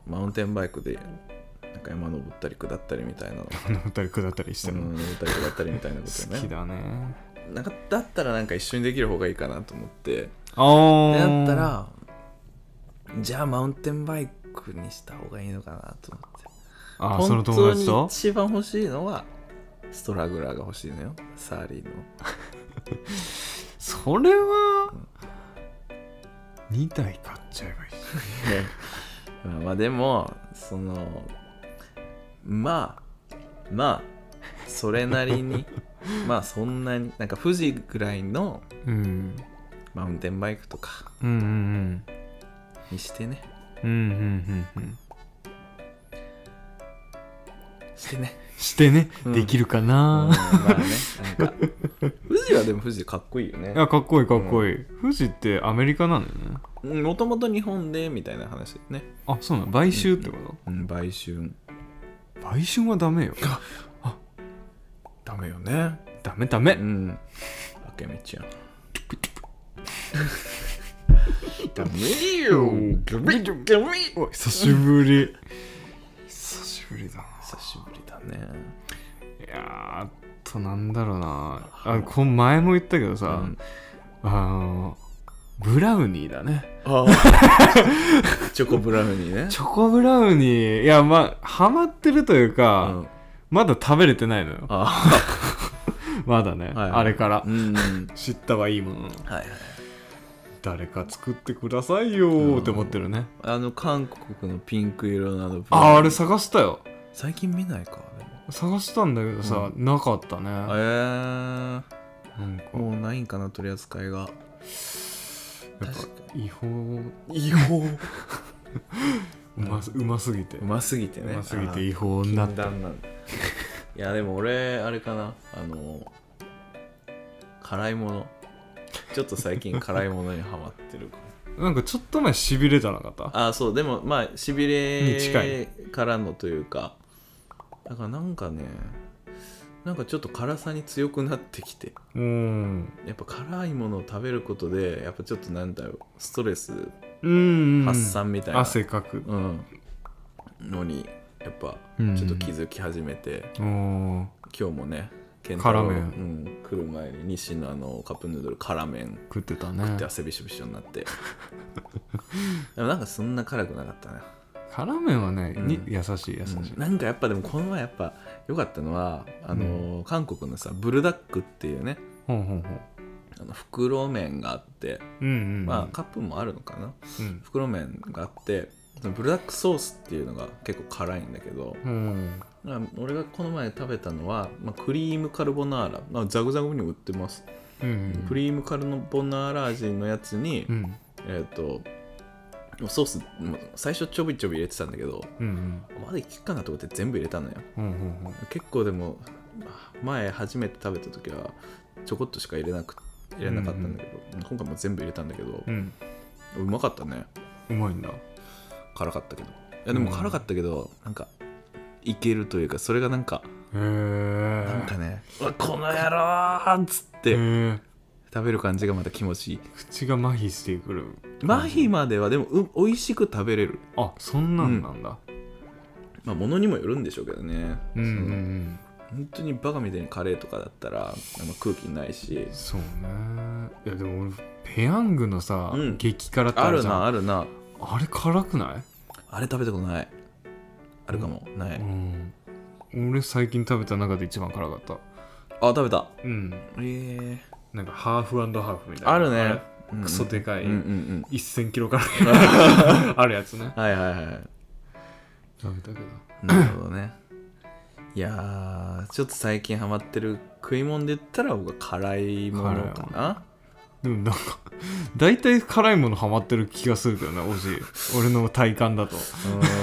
Speaker 1: マウンテンバイクでなんか山登ったり下ったりみたいな の
Speaker 2: あの二人下ったりして
Speaker 1: う
Speaker 2: も、
Speaker 1: ん登ったり下ったりみたいなこと ね
Speaker 2: 好きだね
Speaker 1: なんかだったらなんか一緒にできる方がいいかなと思って
Speaker 2: ああ
Speaker 1: だったらじゃあマウンテンバイクにした方がいいのかなと思って
Speaker 2: あーその
Speaker 1: 本
Speaker 2: 友
Speaker 1: 当
Speaker 2: 達
Speaker 1: に
Speaker 2: と
Speaker 1: 一番欲しいのはストラグラーが欲しいのよサーリーの
Speaker 2: それは2台買っちゃえばいいし
Speaker 1: まあまあでもそのまあまあそれなりにまあそんなになんか富士ぐらいの
Speaker 2: うん
Speaker 1: マウンテンバイクとか
Speaker 2: うんうん
Speaker 1: にしてね
Speaker 2: うんうんうんうんうん
Speaker 1: してね、
Speaker 2: してね、
Speaker 1: うん
Speaker 2: できるか
Speaker 1: うん、
Speaker 2: な、
Speaker 1: まあねなんか富士はでも富士でかっこいいよね
Speaker 2: いやかっこいいかっこいい、富士ってアメリカなんだよね
Speaker 1: もともと日本でみたいな話だよね、
Speaker 2: あそうなの買収ってこと、
Speaker 1: うん、売春
Speaker 2: 買収はダメよ
Speaker 1: ダメよね
Speaker 2: ダメダメ、
Speaker 1: うんあけみ ちゃんダメよダメダメ
Speaker 2: おい久しぶり久しぶりだな
Speaker 1: 久しぶりだね
Speaker 2: いやーあとなんだろうなあこん前も言ったけどさ、
Speaker 1: うん
Speaker 2: あのブラウニーだね
Speaker 1: あ チョコブラウニーね
Speaker 2: チョコブラウニーいやまあハマってるという
Speaker 1: う
Speaker 2: か、
Speaker 1: ん
Speaker 2: まだ食べれてないのよ
Speaker 1: あ
Speaker 2: まだね、
Speaker 1: はい
Speaker 2: あれから、
Speaker 1: うんはい
Speaker 2: 知ったはいいものの
Speaker 1: はい
Speaker 2: 誰か作ってくださいよーって思ってるね、
Speaker 1: あの韓国のピンク色のあのブラウニー
Speaker 2: ああれ探したよ
Speaker 1: 最近見ないかでも
Speaker 2: 探したんだけどさ、なかったね
Speaker 1: えー
Speaker 2: なんか
Speaker 1: もうないんかな取り扱いが
Speaker 2: やっぱ
Speaker 1: 確
Speaker 2: 違法
Speaker 1: 違法
Speaker 2: うますうますぎて
Speaker 1: うますぎて
Speaker 2: う
Speaker 1: ね
Speaker 2: ますぎて違法になった
Speaker 1: 禁断なんだいやでも俺あれかなあの辛いものちょっと最近辛いものにハマってるかも
Speaker 2: なんかちょっと前しびれじゃなかった
Speaker 1: あそうでもまあしび
Speaker 2: に近い
Speaker 1: れからのというかだからなんかねなんかちょっと辛さに強くなってきて
Speaker 2: うん
Speaker 1: やっぱ辛いものを食べることでやっぱちょっとなんだろうストレス
Speaker 2: うん
Speaker 1: 発散みたいな、
Speaker 2: 汗かく
Speaker 1: うんのにやっぱ
Speaker 2: うん
Speaker 1: ちょっと気づき始めて、
Speaker 2: おー
Speaker 1: 今日もね健
Speaker 2: 辛麺
Speaker 1: うん、来る前に日清のあのカップヌードル辛麺
Speaker 2: 食ってたね
Speaker 1: って汗びしょびしょになって でもなんかそんな辛くなかったな
Speaker 2: 辛麺はね、に
Speaker 1: うん
Speaker 2: 優しい優しい、
Speaker 1: うんなんかやっぱでもこの前やっぱ良かったのはあのー、韓国のさブルダックっていうね
Speaker 2: ほんほんほん
Speaker 1: あの袋麺があって、
Speaker 2: うんうんうん
Speaker 1: まあカップもあるのかな
Speaker 2: うん
Speaker 1: 袋麺があってそのブルダックソースっていうのが結構辛いんだけど、
Speaker 2: うん
Speaker 1: まあ俺がこの前食べたのは、まあ、クリームカルボナーラ、まあ、ザグザグに売ってます、
Speaker 2: うん
Speaker 1: クリームカルボナーラ味のやつに、
Speaker 2: うん
Speaker 1: えっ、とソースもう最初ちょびちょび入れてたんだけど
Speaker 2: うんうん
Speaker 1: まだいけっかなと思って全部入れたのよ
Speaker 2: うんうんうん
Speaker 1: 結構でも前初めて食べた時はちょこっとしか入れなく入れなかったんだけど、今回もう全部入れたんだけど
Speaker 2: う、ん
Speaker 1: うまかったね
Speaker 2: うまいんだ
Speaker 1: 辛かったけどいやでも辛かったけど、なんかいけるというかそれがなんか
Speaker 2: へ
Speaker 1: なんか
Speaker 2: え
Speaker 1: ね「うわこの野郎!」っつっ
Speaker 2: へ
Speaker 1: て
Speaker 2: え
Speaker 1: 食べる感じがまた気持ちいい
Speaker 2: 口が麻痺してくる
Speaker 1: 麻痺まではでもう美味しく食べれる
Speaker 2: あそんなんなんだ
Speaker 1: まあものにもよるんでしょうけどね、
Speaker 2: うんうんう
Speaker 1: その
Speaker 2: ん
Speaker 1: 本当にバカみたいにカレーとかだったらあんま空気ないし
Speaker 2: そうねいやでも俺ペヤングのさ、
Speaker 1: うん
Speaker 2: 激辛って
Speaker 1: あ
Speaker 2: あ
Speaker 1: る
Speaker 2: るじゃん
Speaker 1: な
Speaker 2: あ
Speaker 1: あるな
Speaker 2: れ辛くない
Speaker 1: あれ食べたことないあるかも、な
Speaker 2: う
Speaker 1: い
Speaker 2: ん俺最近食べた中で一番辛かった
Speaker 1: あ食べた
Speaker 2: うん
Speaker 1: ええ
Speaker 2: なんかハーフハーフみたいな
Speaker 1: あるね
Speaker 2: れ
Speaker 1: うんうん
Speaker 2: クソでかい、
Speaker 1: うんうんうん
Speaker 2: 1000キロから あるやつね
Speaker 1: はいはいはい
Speaker 2: 食べたけど
Speaker 1: なるほどねいやーちょっと最近ハマってる食い物で言ったら僕は辛いものかな
Speaker 2: でもなんか大体辛いものハマってる気がするけどねおじい俺の体感だと
Speaker 1: う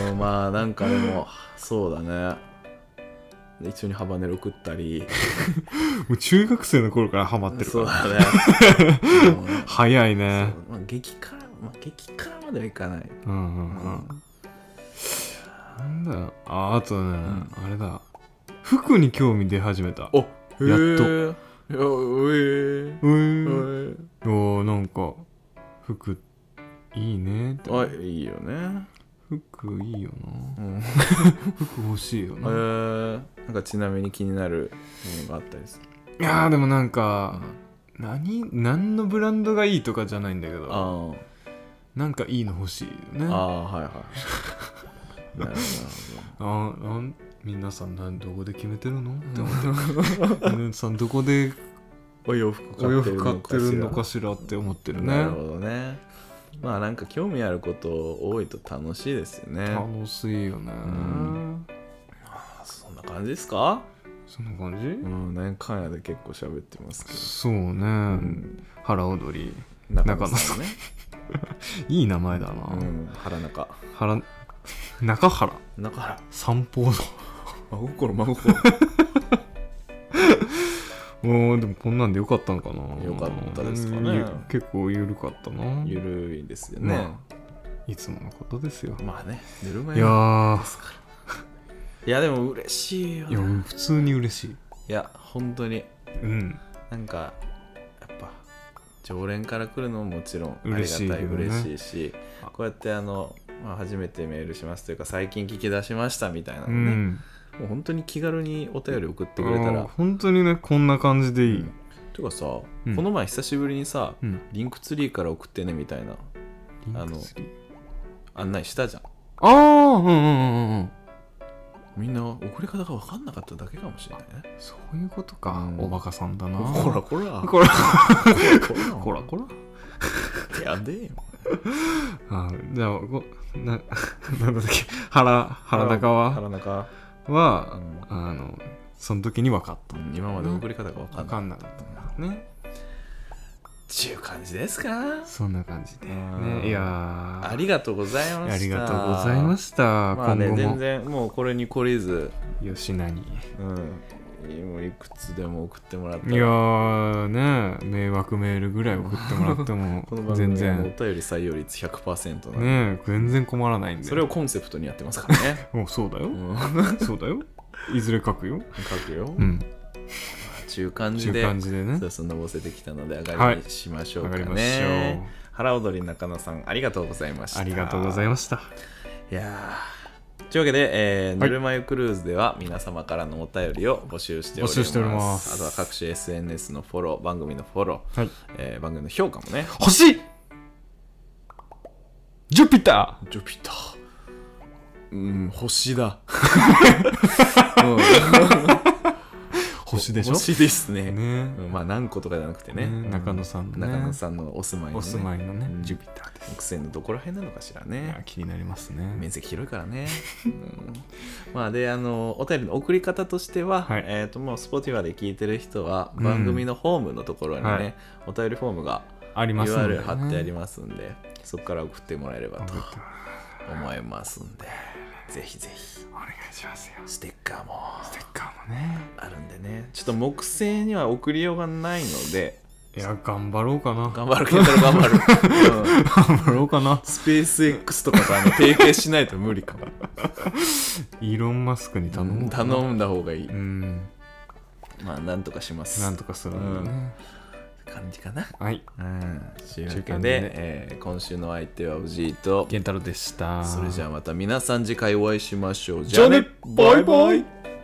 Speaker 1: ーんまあなんかでもそうだねで一緒にハバネロ食ったり
Speaker 2: もう中学生の頃からハマってるか
Speaker 1: そう
Speaker 2: ら
Speaker 1: だね うん
Speaker 2: 早い
Speaker 1: そう
Speaker 2: ね
Speaker 1: まあ、激辛、まあ、激辛まではいかない
Speaker 2: うんうんうんなんだよああとね、あれだ服に興味出始めた
Speaker 1: おへ
Speaker 2: え
Speaker 1: えやう
Speaker 2: う
Speaker 1: え
Speaker 2: ーん
Speaker 1: ー
Speaker 2: おーなんか服いいねって
Speaker 1: あいいよね
Speaker 2: 服いいよ
Speaker 1: う
Speaker 2: なん
Speaker 1: へ
Speaker 2: 服欲しいよ
Speaker 1: え
Speaker 2: な、
Speaker 1: ー、なんかちなみに気になるものがあったりする
Speaker 2: いやーでもなんか、何何のブランドがいいとかじゃないんだけど
Speaker 1: あ
Speaker 2: なんかいいの欲しいよね
Speaker 1: あ
Speaker 2: あ
Speaker 1: ああはいはい なるほどなる
Speaker 2: ーなん皆さんなんどこで決めてるのって思って る皆さんどこで
Speaker 1: ほどお洋服
Speaker 2: お洋服買
Speaker 1: 買
Speaker 2: っ
Speaker 1: っててる
Speaker 2: る
Speaker 1: の
Speaker 2: の
Speaker 1: か
Speaker 2: か
Speaker 1: し
Speaker 2: しらって思って
Speaker 1: ら
Speaker 2: る
Speaker 1: な
Speaker 2: ね
Speaker 1: るほどねまあなんか興味あること多いと楽しいですよね
Speaker 2: 楽しいよね
Speaker 1: んそんな感じですか
Speaker 2: そんな感
Speaker 1: う
Speaker 2: じ
Speaker 1: んなんやかんやで結構喋ってますけど
Speaker 2: そうね
Speaker 1: ん
Speaker 2: 腹踊り
Speaker 1: 中野さんね
Speaker 2: いい名前だな
Speaker 1: うん腹中
Speaker 2: 腹中原
Speaker 1: 中原
Speaker 2: 三宝
Speaker 1: 真心真心
Speaker 2: の おーでもこんなんでよかったのかな
Speaker 1: よかったですかね
Speaker 2: うんゆ結構緩かったな
Speaker 1: ゆるいですよね、
Speaker 2: まいつものことですよ
Speaker 1: まあねぬるま
Speaker 2: いやー
Speaker 1: ですからいやでも嬉しいよ
Speaker 2: いや
Speaker 1: な
Speaker 2: 普通に嬉しい
Speaker 1: いや本当に
Speaker 2: うん
Speaker 1: なんかやっぱ常連から来るのももちろんありがたい
Speaker 2: 嬉し
Speaker 1: 嬉し
Speaker 2: い
Speaker 1: い,、
Speaker 2: けどね
Speaker 1: しこうやってあの、まあ、初めてメールしますというか最近聞き出しましたみたいなの
Speaker 2: う
Speaker 1: ね、
Speaker 2: ん
Speaker 1: もう本当に気軽にお便り送ってくれた
Speaker 2: あー
Speaker 1: ら
Speaker 2: 本当にねこんな感じでいい、
Speaker 1: うんてかさ、
Speaker 2: うん
Speaker 1: この前久しぶりにさ、
Speaker 2: うん
Speaker 1: リンクツリーから送ってねみたいな
Speaker 2: あ
Speaker 1: あ
Speaker 2: の
Speaker 1: の案内したじゃん
Speaker 2: ああうんうんうんうん
Speaker 1: みんな送り方が分かんなかっただけかもしれないね
Speaker 2: そういうことか、
Speaker 1: うん
Speaker 2: おバカさんだな
Speaker 1: こらこら
Speaker 2: こら
Speaker 1: こら
Speaker 2: こらこら
Speaker 1: やでよ
Speaker 2: あーじゃあこ ななんだっけ原原中は
Speaker 1: 腹中う
Speaker 2: は、
Speaker 1: ん
Speaker 2: あのその時に分かった
Speaker 1: うん今まで送り方が分か
Speaker 2: 分
Speaker 1: んない
Speaker 2: か
Speaker 1: っ
Speaker 2: んなかったね
Speaker 1: ちゅう感じですか
Speaker 2: そんな感じで、
Speaker 1: うん
Speaker 2: ね、いやー
Speaker 1: ありがとうございました
Speaker 2: ありがとうございました、
Speaker 1: まあね
Speaker 2: 今後
Speaker 1: 全
Speaker 2: も
Speaker 1: 然もうこれに懲りず
Speaker 2: 吉成に
Speaker 1: うんもういくつでも送ってもらった
Speaker 2: い
Speaker 1: ら
Speaker 2: やーね迷惑メールぐらい送ってもらって も
Speaker 1: この番
Speaker 2: 全
Speaker 1: 組はもうお
Speaker 2: 然
Speaker 1: 便り採用率100%なんで
Speaker 2: ね全然困らないんで
Speaker 1: それをコンセプトにやってますからね
Speaker 2: もう そうだよ
Speaker 1: うん
Speaker 2: そうだよいずれ書くよ
Speaker 1: 書くよ
Speaker 2: うん
Speaker 1: ちゅう感
Speaker 2: そうい
Speaker 1: じ
Speaker 2: う
Speaker 1: で
Speaker 2: 感じでね
Speaker 1: じゃあそんなぼせてきたので上がりにしましょう
Speaker 2: わ
Speaker 1: か
Speaker 2: か
Speaker 1: ね、
Speaker 2: りましょ
Speaker 1: 腹踊り中野さんありがとうございまし
Speaker 2: う
Speaker 1: た
Speaker 2: ありがとうございました
Speaker 1: いやーというわけで、えー
Speaker 2: はい
Speaker 1: ぬるま湯クルーズでは皆様からのお便りを募集しております
Speaker 2: 募集しております
Speaker 1: あとは各種 SNS のフォロー番組のフォロー、
Speaker 2: はい
Speaker 1: えー番組の評価もね
Speaker 2: 星ジュピタ
Speaker 1: ジュピターうん星 だ
Speaker 2: ー星でしょ
Speaker 1: 星ですね
Speaker 2: ね
Speaker 1: うんまあ何個とかじゃなくてね
Speaker 2: ね中野さんのね
Speaker 1: 中野さんのお住まいの、ね、
Speaker 2: お住まいのね
Speaker 1: うん
Speaker 2: ジュピターです
Speaker 1: 北西のどこら辺なのかしら
Speaker 2: い
Speaker 1: ね
Speaker 2: や気になりますね
Speaker 1: 面積広いからね、うんまあであのお便りの送り方としては、
Speaker 2: はい
Speaker 1: えっ、ともう Spotify で聞いてる人は
Speaker 2: うん
Speaker 1: 番組のホームのところにね、
Speaker 2: はい
Speaker 1: お便りフォームが
Speaker 2: ありますので
Speaker 1: URL
Speaker 2: ね
Speaker 1: 貼ってありますんで、そこから送ってもらえれば
Speaker 2: 送っ
Speaker 1: と
Speaker 2: てもら
Speaker 1: 思いますんでぜひぜひ
Speaker 2: お願いしますよ
Speaker 1: ステッカーも
Speaker 2: ステッカーもね
Speaker 1: あるんでねちょっと木製には送りようがないので
Speaker 2: えいや頑張ろうかな
Speaker 1: 頑張る健太郎頑張る、うん、
Speaker 2: 頑張ろうかな
Speaker 1: スペース X とかとあの提携しないと無理かも
Speaker 2: イーロン・マスクに頼む
Speaker 1: 頼んだ方がいい、
Speaker 2: うん
Speaker 1: まあなんとかします
Speaker 2: なんとかするんだよね、
Speaker 1: 感じかな
Speaker 2: はい
Speaker 1: うんというわ
Speaker 2: 中
Speaker 1: け
Speaker 2: 間
Speaker 1: で、
Speaker 2: でね
Speaker 1: えー今週の相手はおじいと
Speaker 2: 健太郎でした
Speaker 1: それじゃあまた皆さん次回お会いしましょう
Speaker 2: じゃあねバイバイ